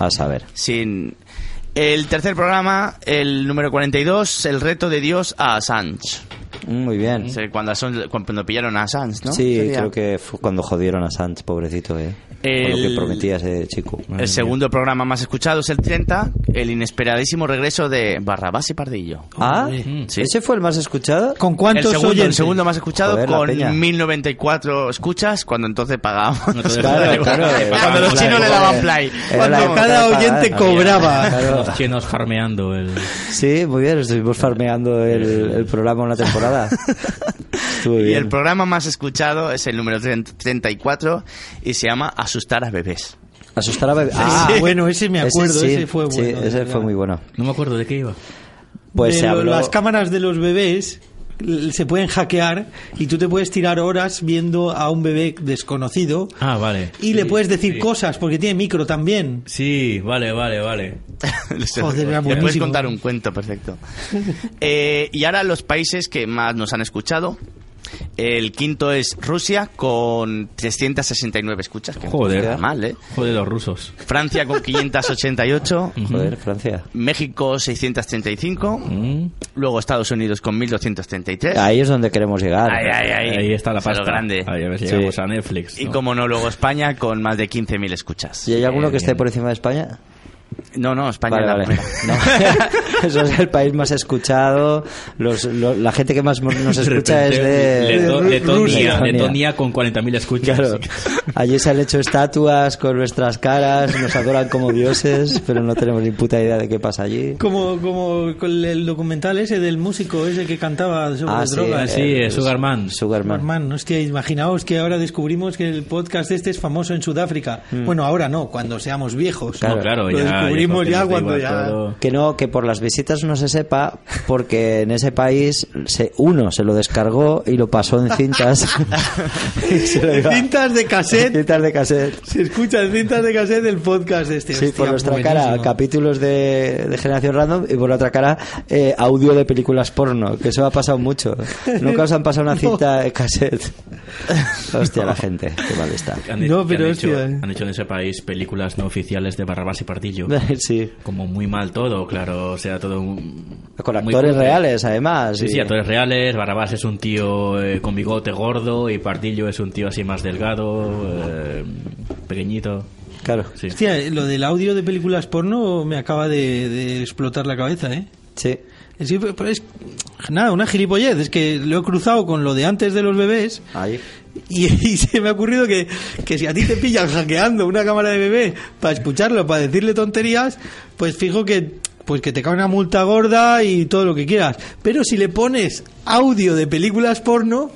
Speaker 2: A saber.
Speaker 3: Sin. El tercer programa, el número 42, el reto de Dios a Assange.
Speaker 2: Mm, Muy bien.
Speaker 3: Es el Cuando, Assange- cuando pillaron a Assange, ¿no?
Speaker 2: Sí,
Speaker 3: Ese día.
Speaker 2: creo que fue cuando jodieron a Sanz, pobrecito, eh. Por lo
Speaker 3: El-
Speaker 2: que prometía ese chico.
Speaker 3: El segundo programa más escuchado es el 30, el inesperadísimo regreso de Barrabás y Pardillo.
Speaker 2: ¿Ah?
Speaker 3: Sí.
Speaker 2: ¿Ese fue el más escuchado?
Speaker 4: ¿Con cuántos
Speaker 3: el segundo, el
Speaker 4: oyentes?
Speaker 3: segundo más escuchado
Speaker 2: Joder, la
Speaker 3: con
Speaker 2: peña.
Speaker 3: 1094 escuchas cuando entonces pagábamos.
Speaker 1: Entonces,
Speaker 2: Claro, claro.
Speaker 3: Cuando los chinos le daban play.
Speaker 4: Cuando cada oyente cobraba.
Speaker 1: Los chinos farmeando el...
Speaker 2: Sí, muy bien, estuvimos farmeando el, el programa una temporada. Estuvo
Speaker 3: Y
Speaker 2: bien.
Speaker 3: el programa más escuchado es el número 30 34 y se llama Asustar a bebés.
Speaker 2: Asustar a bebé.
Speaker 4: Ah, bueno, ese me acuerdo,
Speaker 2: sí,
Speaker 4: ese fue
Speaker 2: sí,
Speaker 4: bueno, de
Speaker 2: ese
Speaker 4: verdad.
Speaker 2: fue muy bueno.
Speaker 1: No me acuerdo de qué iba.
Speaker 2: Pues
Speaker 4: De
Speaker 2: se
Speaker 4: lo-
Speaker 2: habló.
Speaker 4: Las cámaras de los bebés l- se pueden hackear y tú te puedes tirar horas viendo a un bebé desconocido
Speaker 1: Ah, vale.
Speaker 4: y le
Speaker 1: Sí,
Speaker 4: puedes decir
Speaker 1: sí.
Speaker 4: cosas porque tiene micro también.
Speaker 1: Sí, vale, vale, vale.
Speaker 4: Joder, era
Speaker 3: Le puedes
Speaker 4: buenísimo.
Speaker 3: contar un cuento, perfecto. Eh, y ahora los países que más nos han escuchado. El quinto es Rusia con 369 escuchas, que no
Speaker 1: Joder.
Speaker 3: está mal, ¿eh?
Speaker 1: Joder, los rusos.
Speaker 3: Francia con 588.
Speaker 2: Joder, Francia.
Speaker 3: México 635.
Speaker 1: Mm.
Speaker 3: Luego Estados Unidos con 1233.
Speaker 2: Ahí es donde queremos llegar.
Speaker 3: Ay, ay, ay.
Speaker 1: Ahí está la
Speaker 3: Es lo
Speaker 1: pasta.
Speaker 3: grande.
Speaker 1: Ahí a ver si
Speaker 2: Sí.
Speaker 1: llegamos a Netflix.
Speaker 3: Y
Speaker 1: ¿no?
Speaker 3: como no, luego España con más de 15.000 escuchas.
Speaker 2: ¿Y hay alguno que
Speaker 1: bien.
Speaker 2: esté por encima de España?
Speaker 3: No, no, España
Speaker 2: Vale,
Speaker 3: es la
Speaker 2: vale.
Speaker 3: primera.
Speaker 2: No. Eso es el país más escuchado. Los, lo- la gente que más nos
Speaker 1: De
Speaker 2: escucha es
Speaker 1: repente,
Speaker 2: de,
Speaker 1: Leto- Letonia,
Speaker 2: Rusia.
Speaker 1: Letonia con 40.000 escuchas.
Speaker 2: Claro. Allí se han hecho estatuas con nuestras caras, nos adoran como dioses, pero no tenemos ni puta idea de qué pasa allí.
Speaker 4: Como, como con el documental ese del músico ese que cantaba sobre
Speaker 2: Ah, sí,
Speaker 4: drogas.
Speaker 1: Sí,
Speaker 2: Eh,
Speaker 1: eh, Sugarman.
Speaker 2: Sugarman.
Speaker 4: Superman, hostia, imaginaos que ahora descubrimos que el podcast este es famoso en Sudáfrica. Bueno, ahora no, cuando seamos viejos.
Speaker 2: Mm. Claro.
Speaker 1: No, claro,
Speaker 4: Lo
Speaker 1: ya.
Speaker 4: descubrimos
Speaker 1: nos
Speaker 4: ya
Speaker 1: da
Speaker 4: cuando
Speaker 1: igual
Speaker 4: ya-
Speaker 1: todo.
Speaker 2: Que no, que por las visitas no se sepa, porque en ese país se, uno se lo descargó y lo pasó en cintas. Y se lo iba-
Speaker 4: Cintas de cassette.
Speaker 2: Cintas de cassette.
Speaker 4: Se escuchan cintas de cassette del podcast este.
Speaker 2: Sí,
Speaker 4: Hostia,
Speaker 2: por nuestra cara
Speaker 4: buenísimo.
Speaker 2: capítulos de, de Generación Random y por la otra cara eh, audio de películas porno, que eso ha pasado mucho. Nunca os han pasado una cinta de cassette. Hostia, la gente, qué mal está.
Speaker 1: Han,
Speaker 4: No,
Speaker 1: que
Speaker 4: pero
Speaker 1: han,
Speaker 4: hostia,
Speaker 1: hecho,
Speaker 4: eh.
Speaker 1: han hecho en ese país películas no oficiales de Barrabás y Pardillo.
Speaker 2: Sí,
Speaker 1: Como muy mal todo, claro. O sea, todo. un-
Speaker 2: con
Speaker 1: muy
Speaker 2: actores
Speaker 1: cutre.
Speaker 2: reales además.
Speaker 1: Sí,
Speaker 2: y-
Speaker 1: sí, actores reales. Barrabás es un tío eh, con bigote gordo y Pardillo es un tío así más delgado, eh, pequeñito.
Speaker 2: Claro.
Speaker 1: Sí.
Speaker 4: Hostia, lo del audio de películas porno me acaba de, de explotar la cabeza, ¿eh?
Speaker 2: Sí.
Speaker 4: Es, que, pero es- nada, una gilipollez. Es que lo he cruzado con lo de antes de los bebés
Speaker 2: Ahí.
Speaker 4: y, y se me ha ocurrido que, que si a ti te pillan hackeando una cámara de bebé para escucharlo, para decirle tonterías, pues fijo que pues que te cae una multa gorda y todo lo que quieras. Pero si le pones audio de películas porno,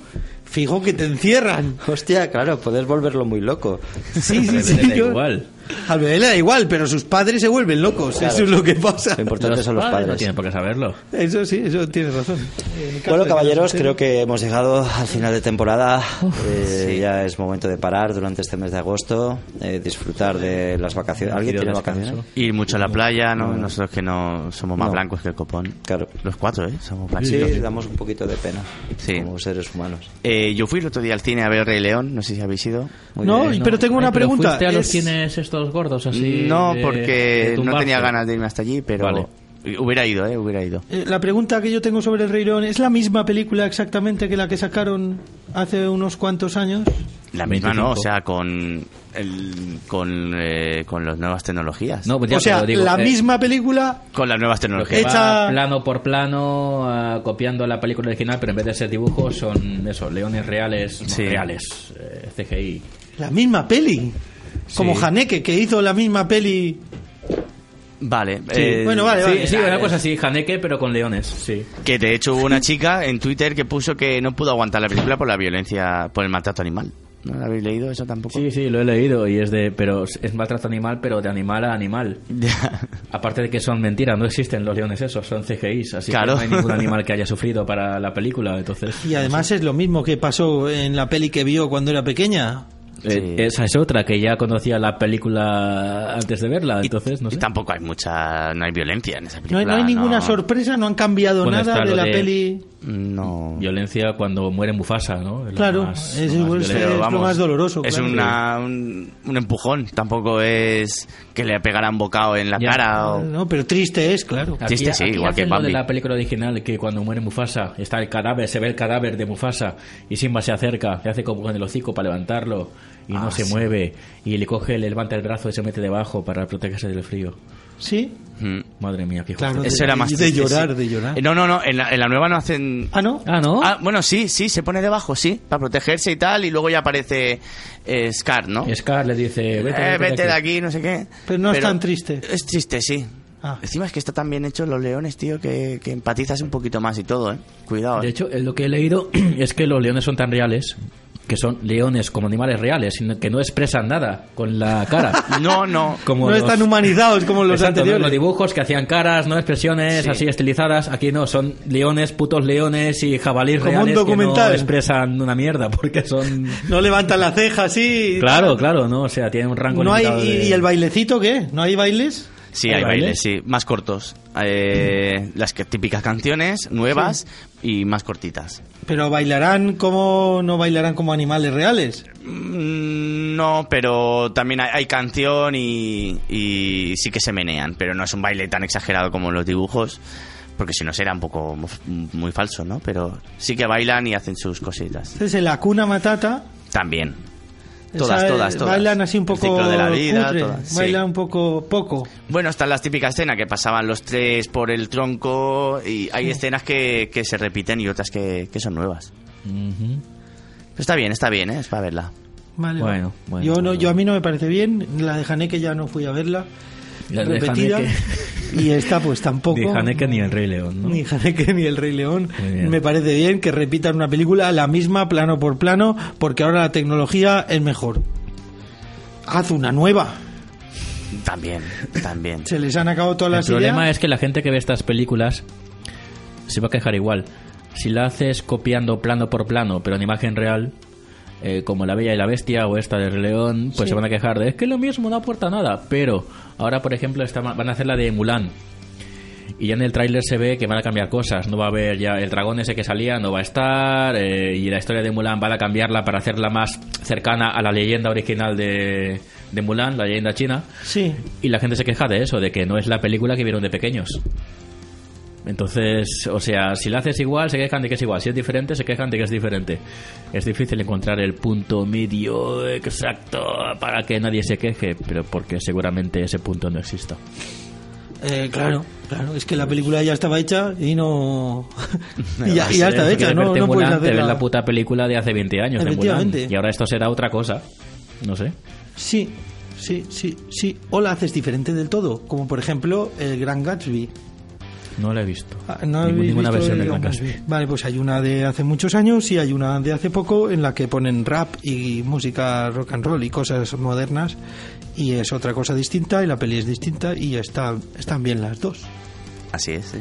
Speaker 4: fijo que te encierran.
Speaker 2: Hostia, claro, podés volverlo muy loco.
Speaker 4: Sí, sí,
Speaker 1: Al
Speaker 4: sí.
Speaker 1: bebé le da
Speaker 4: yo-
Speaker 1: igual.
Speaker 4: Al bebé le da igual, pero sus padres se vuelven locos. Eso es lo que pasa.
Speaker 2: Lo importante son los
Speaker 1: No
Speaker 2: padres.
Speaker 1: tienen por qué saberlo.
Speaker 4: Eso sí, eso tienes razón. En caso de
Speaker 2: Bueno,
Speaker 4: que
Speaker 2: caballeros,
Speaker 4: no
Speaker 2: creo que hemos llegado al final de temporada. Eh, Ya es momento de parar durante este mes de agosto, eh, disfrutar de las vacaciones. ¿Alguien
Speaker 1: Pido
Speaker 2: tiene
Speaker 1: descanso.
Speaker 2: vacaciones?
Speaker 3: Ir mucho a la playa, ¿no? Nosotros que no somos más
Speaker 2: No.
Speaker 3: blancos que el copón.
Speaker 2: Claro.
Speaker 3: Los cuatro, ¿eh? Somos
Speaker 2: Sí,
Speaker 3: blanquitos.
Speaker 2: damos un poquito de pena
Speaker 3: Sí.
Speaker 2: como seres humanos.
Speaker 3: Eh, yo fui el otro día al cine a ver El Rey León, no sé si habéis ido.
Speaker 2: Muy
Speaker 4: no,
Speaker 2: bien.
Speaker 4: y- pero tengo una pregunta.
Speaker 1: ¿Fuiste a los
Speaker 4: Es-
Speaker 1: cines estos gordos así?
Speaker 3: no,
Speaker 1: de- de
Speaker 3: porque no
Speaker 1: tumbarte?
Speaker 3: tenía ganas de irme hasta allí, pero
Speaker 1: Vale.
Speaker 3: hubiera ido, ¿eh? Hubiera ido.
Speaker 4: Eh, La pregunta que yo tengo sobre el Rey León es la misma película exactamente que la que sacaron hace unos cuantos años.
Speaker 3: La misma
Speaker 1: 25.
Speaker 3: no, o sea, con, el, con, eh, con las nuevas tecnologías.
Speaker 1: No, pues ya
Speaker 4: o
Speaker 1: te
Speaker 4: sea,
Speaker 1: lo digo,
Speaker 4: la
Speaker 1: eh,
Speaker 4: misma película.
Speaker 3: Con las nuevas
Speaker 1: Lo
Speaker 3: tecnologías.
Speaker 1: que
Speaker 4: Hecha-
Speaker 1: va plano por plano, ah, copiando la película original, pero en vez de ser dibujos son esos leones reales, no,
Speaker 3: Sí.
Speaker 1: reales, eh, CGI.
Speaker 4: La misma peli. Como
Speaker 1: Sí.
Speaker 4: Haneke, que hizo la misma peli.
Speaker 3: Vale.
Speaker 4: Sí.
Speaker 3: eh,
Speaker 4: Bueno, vale,
Speaker 1: Sí,
Speaker 4: vale.
Speaker 1: sí, una cosa así, Haneke, pero con leones, sí.
Speaker 3: Que de hecho hubo una chica en Twitter que puso que no pudo aguantar la película por la violencia, por el maltrato animal. ¿No la habéis leído eso tampoco?
Speaker 1: Sí, sí, lo he leído y es de, pero es maltrato animal, pero de animal a animal.
Speaker 3: Ya.
Speaker 1: Aparte de que son mentiras, no existen los leones esos, son CGIs, así
Speaker 3: Claro.
Speaker 1: que no hay ningún animal que haya sufrido para la película, entonces.
Speaker 4: Y además es lo mismo que pasó en la peli que vio cuando era pequeña.
Speaker 1: Eh, Esa es otra que ya conocía la película antes de verla, entonces no
Speaker 3: Y
Speaker 1: sé.
Speaker 3: tampoco hay mucha. No hay violencia en esa
Speaker 4: No
Speaker 3: película.
Speaker 4: hay, no hay ninguna sorpresa, no han cambiado
Speaker 1: Bueno,
Speaker 4: nada
Speaker 1: está
Speaker 4: de
Speaker 1: lo
Speaker 4: la
Speaker 1: de-
Speaker 4: peli.
Speaker 3: No.
Speaker 1: Violencia cuando muere Mufasa, ¿no? Es lo
Speaker 4: Claro,
Speaker 1: más-
Speaker 4: es-
Speaker 1: lo más
Speaker 4: es-
Speaker 1: violento.
Speaker 4: lo más doloroso,
Speaker 3: Es
Speaker 4: claro.
Speaker 3: una- un, un empujón. Tampoco es que le pegaran bocado en la
Speaker 1: Ya.
Speaker 3: cara. o-
Speaker 4: No, pero triste es, claro.
Speaker 1: Ah.
Speaker 3: Claro. Triste, sí, igual
Speaker 1: hacen
Speaker 3: que
Speaker 1: lo
Speaker 3: Bambi.
Speaker 1: de la película original que cuando muere Mufasa está el cadáver, se ve el cadáver de Mufasa y Simba se acerca, le hace como con el hocico para levantarlo y
Speaker 3: Ah,
Speaker 1: no se mueve y le coge, le levanta el brazo y se mete debajo para protegerse del frío.
Speaker 4: Sí.
Speaker 3: Mm.
Speaker 1: Madre mía, qué hijos
Speaker 4: Claro.
Speaker 1: de-
Speaker 3: Eso era más
Speaker 4: de
Speaker 3: triste,
Speaker 4: llorar,
Speaker 3: sí.
Speaker 4: de llorar.
Speaker 3: Eh, No, no, no. En la, en la nueva no hacen.
Speaker 4: Ah, no.
Speaker 1: Ah, ¿no?
Speaker 3: Ah, bueno, sí, sí, se pone debajo, sí, para protegerse y tal, y luego ya aparece eh, Scar, ¿no?
Speaker 1: Scar le dice, vete,
Speaker 3: Eh, vete de aquí, no sé qué.
Speaker 4: Pero no es tan triste.
Speaker 3: Es triste, sí.
Speaker 4: Ah.
Speaker 3: Encima es que está tan bien hecho los leones, tío, que, que empatizas un poquito más y todo, ¿eh? Cuidado,
Speaker 1: De
Speaker 3: ¿eh?
Speaker 1: hecho, eh, lo que he leído es que los leones son tan reales que son leones como animales reales, sino que no expresan nada con la cara.
Speaker 3: No, no.
Speaker 1: Como
Speaker 4: no
Speaker 1: los-
Speaker 4: están humanizados como los
Speaker 1: Exacto, ¿no?
Speaker 4: anteriores.
Speaker 1: Los dibujos que hacían caras, no expresiones
Speaker 3: Sí.
Speaker 1: así estilizadas, aquí no, son leones, putos leones y jabalíes
Speaker 4: Como un
Speaker 1: reales
Speaker 4: documental.
Speaker 1: que no expresan una mierda porque son
Speaker 4: No levantan la ceja así.
Speaker 1: Claro, claro, no, o sea, tiene un rango
Speaker 4: No hay,
Speaker 1: limitado
Speaker 4: y,
Speaker 1: de-
Speaker 4: y el bailecito qué? ¿No hay bailes?
Speaker 3: Sí, hay, bailes, sí. Más cortos. Eh, las que- típicas canciones, nuevas y más cortitas.
Speaker 4: Pero bailarán como no bailarán como animales reales.
Speaker 3: Mm, No, pero también hay, hay canción y, y sí que se menean, pero no es un baile tan exagerado como los dibujos, porque si no será un poco mo- muy falso, ¿no? Pero sí que bailan y hacen sus cositas.
Speaker 4: Entonces en la cuna matata
Speaker 3: También. Todas,
Speaker 4: esa- eh,
Speaker 3: todas, todas.
Speaker 4: bailan así un
Speaker 3: El
Speaker 4: poco
Speaker 3: ciclo de la vida,
Speaker 4: cutre,
Speaker 3: todas, sí.
Speaker 4: bailan un poco poco.
Speaker 3: Bueno, están las típicas escenas que pasaban los tres por el tronco y hay escenas que, que se repiten y otras que, que son nuevas. Pero está bien, está bien, ¿eh? es para verla.
Speaker 4: Vale,
Speaker 1: Bueno,
Speaker 4: vale.
Speaker 1: bueno,
Speaker 4: yo no,
Speaker 1: bueno.
Speaker 4: yo a mí no me parece bien. La de Haneke ya no fui a verla.
Speaker 1: La de
Speaker 4: repetida.
Speaker 1: Haneke.
Speaker 4: Y esta pues tampoco.
Speaker 1: Ni Haneke ni el Rey León, ¿no?
Speaker 4: Ni Haneke ni el Rey León.
Speaker 1: Muy bien.
Speaker 4: Me parece bien que repitan una película la misma plano por plano porque ahora la tecnología es mejor. Haz una nueva.
Speaker 3: También, también.
Speaker 4: Se les han acabado
Speaker 1: El
Speaker 4: todas las
Speaker 1: problema
Speaker 4: ideas.
Speaker 1: es que la gente que ve estas películas se va a quejar igual. Si la haces copiando plano por plano, pero en imagen real, eh, como La Bella y la Bestia o esta del León, pues se van a quejar de es que es lo mismo, no aporta nada. Pero ahora, por ejemplo, está- van a hacer la de Mulan. Y ya en el tráiler se ve que van a cambiar cosas. No va a haber ya el dragón ese que salía, no va a estar. eh, y la historia de Mulan van a cambiarla para hacerla más cercana a la leyenda original de, de Mulan, la leyenda china.
Speaker 4: Sí.
Speaker 1: Y la gente se queja de eso, de que no es la película que vieron de pequeños. Entonces, o sea, si la haces igual, se quejan de que es igual. Si es diferente, se quejan de que es diferente. Es difícil encontrar el punto medio exacto para que nadie se queje, pero porque seguramente ese punto no exista.
Speaker 4: Eh, claro, claro. Es que la película ya estaba hecha y no. y ya, y ya
Speaker 1: Eh,
Speaker 4: está
Speaker 1: si
Speaker 4: hecha.
Speaker 1: quieres
Speaker 4: No,
Speaker 1: verte
Speaker 4: no puedes
Speaker 1: Mulan, te ves
Speaker 4: hacerla.
Speaker 1: la puta película de hace 20 años de Mulan.
Speaker 4: Efectivamente.
Speaker 1: Y ahora esto será otra cosa. No sé.
Speaker 4: Sí, sí, sí, sí. O la haces diferente del todo. Como por ejemplo el Gran Gatsby.
Speaker 1: No la he visto.
Speaker 4: Ah, ¿no habéis
Speaker 1: ninguna
Speaker 4: visto
Speaker 1: versión
Speaker 4: el
Speaker 1: de Gran
Speaker 4: Gran
Speaker 1: Gatsby.
Speaker 4: Gatsby? Vale, pues hay una de hace muchos años y hay una de hace poco en la que ponen rap y música rock and roll y cosas modernas y es otra cosa distinta y la peli es distinta y está, están bien las dos.
Speaker 3: Así es, sí.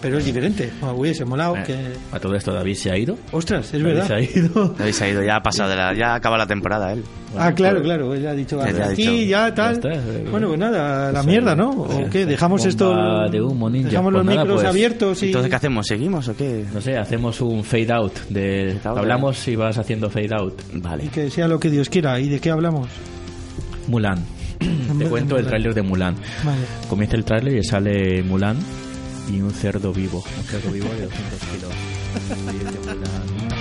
Speaker 4: Pero es diferente. Bueno, hubiese molado
Speaker 1: Eh,
Speaker 4: que...
Speaker 1: A todo esto, David se ha ido.
Speaker 4: Ostras, es
Speaker 1: David
Speaker 4: verdad.
Speaker 1: se ha ido.
Speaker 3: Lo habéis ido, ya ha pasado de la, ya acaba la temporada él.
Speaker 4: Ah, claro, claro, él ha dicho
Speaker 3: Ya, ya ha
Speaker 4: aquí,
Speaker 3: dicho.
Speaker 4: ya tal.
Speaker 1: Ya está, eh,
Speaker 4: bueno, pues nada, la mierda, ¿no? ¿O
Speaker 1: eh,
Speaker 4: qué? Dejamos
Speaker 1: bomba
Speaker 4: esto.
Speaker 1: de humo, ninja.
Speaker 4: Dejamos
Speaker 1: Pues
Speaker 4: los
Speaker 1: nada,
Speaker 4: micros
Speaker 1: pues,
Speaker 4: abiertos y.
Speaker 3: Entonces, ¿qué hacemos? ¿Seguimos o qué?
Speaker 1: No sé, hacemos un fade out de
Speaker 3: Fade out, eh.
Speaker 1: hablamos y vas haciendo fade out.
Speaker 4: y
Speaker 3: Vale.
Speaker 4: que sea lo que Dios quiera. ¿Y de qué hablamos?
Speaker 1: Mulan.
Speaker 4: vez
Speaker 1: Te
Speaker 4: de
Speaker 1: cuento el
Speaker 4: Mulan.
Speaker 1: tráiler de Mulan.
Speaker 4: Vale.
Speaker 1: Comienza el tráiler y sale Mulan y un cerdo vivo. Un cerdo vivo de 200 kilos. Y dice Mulan,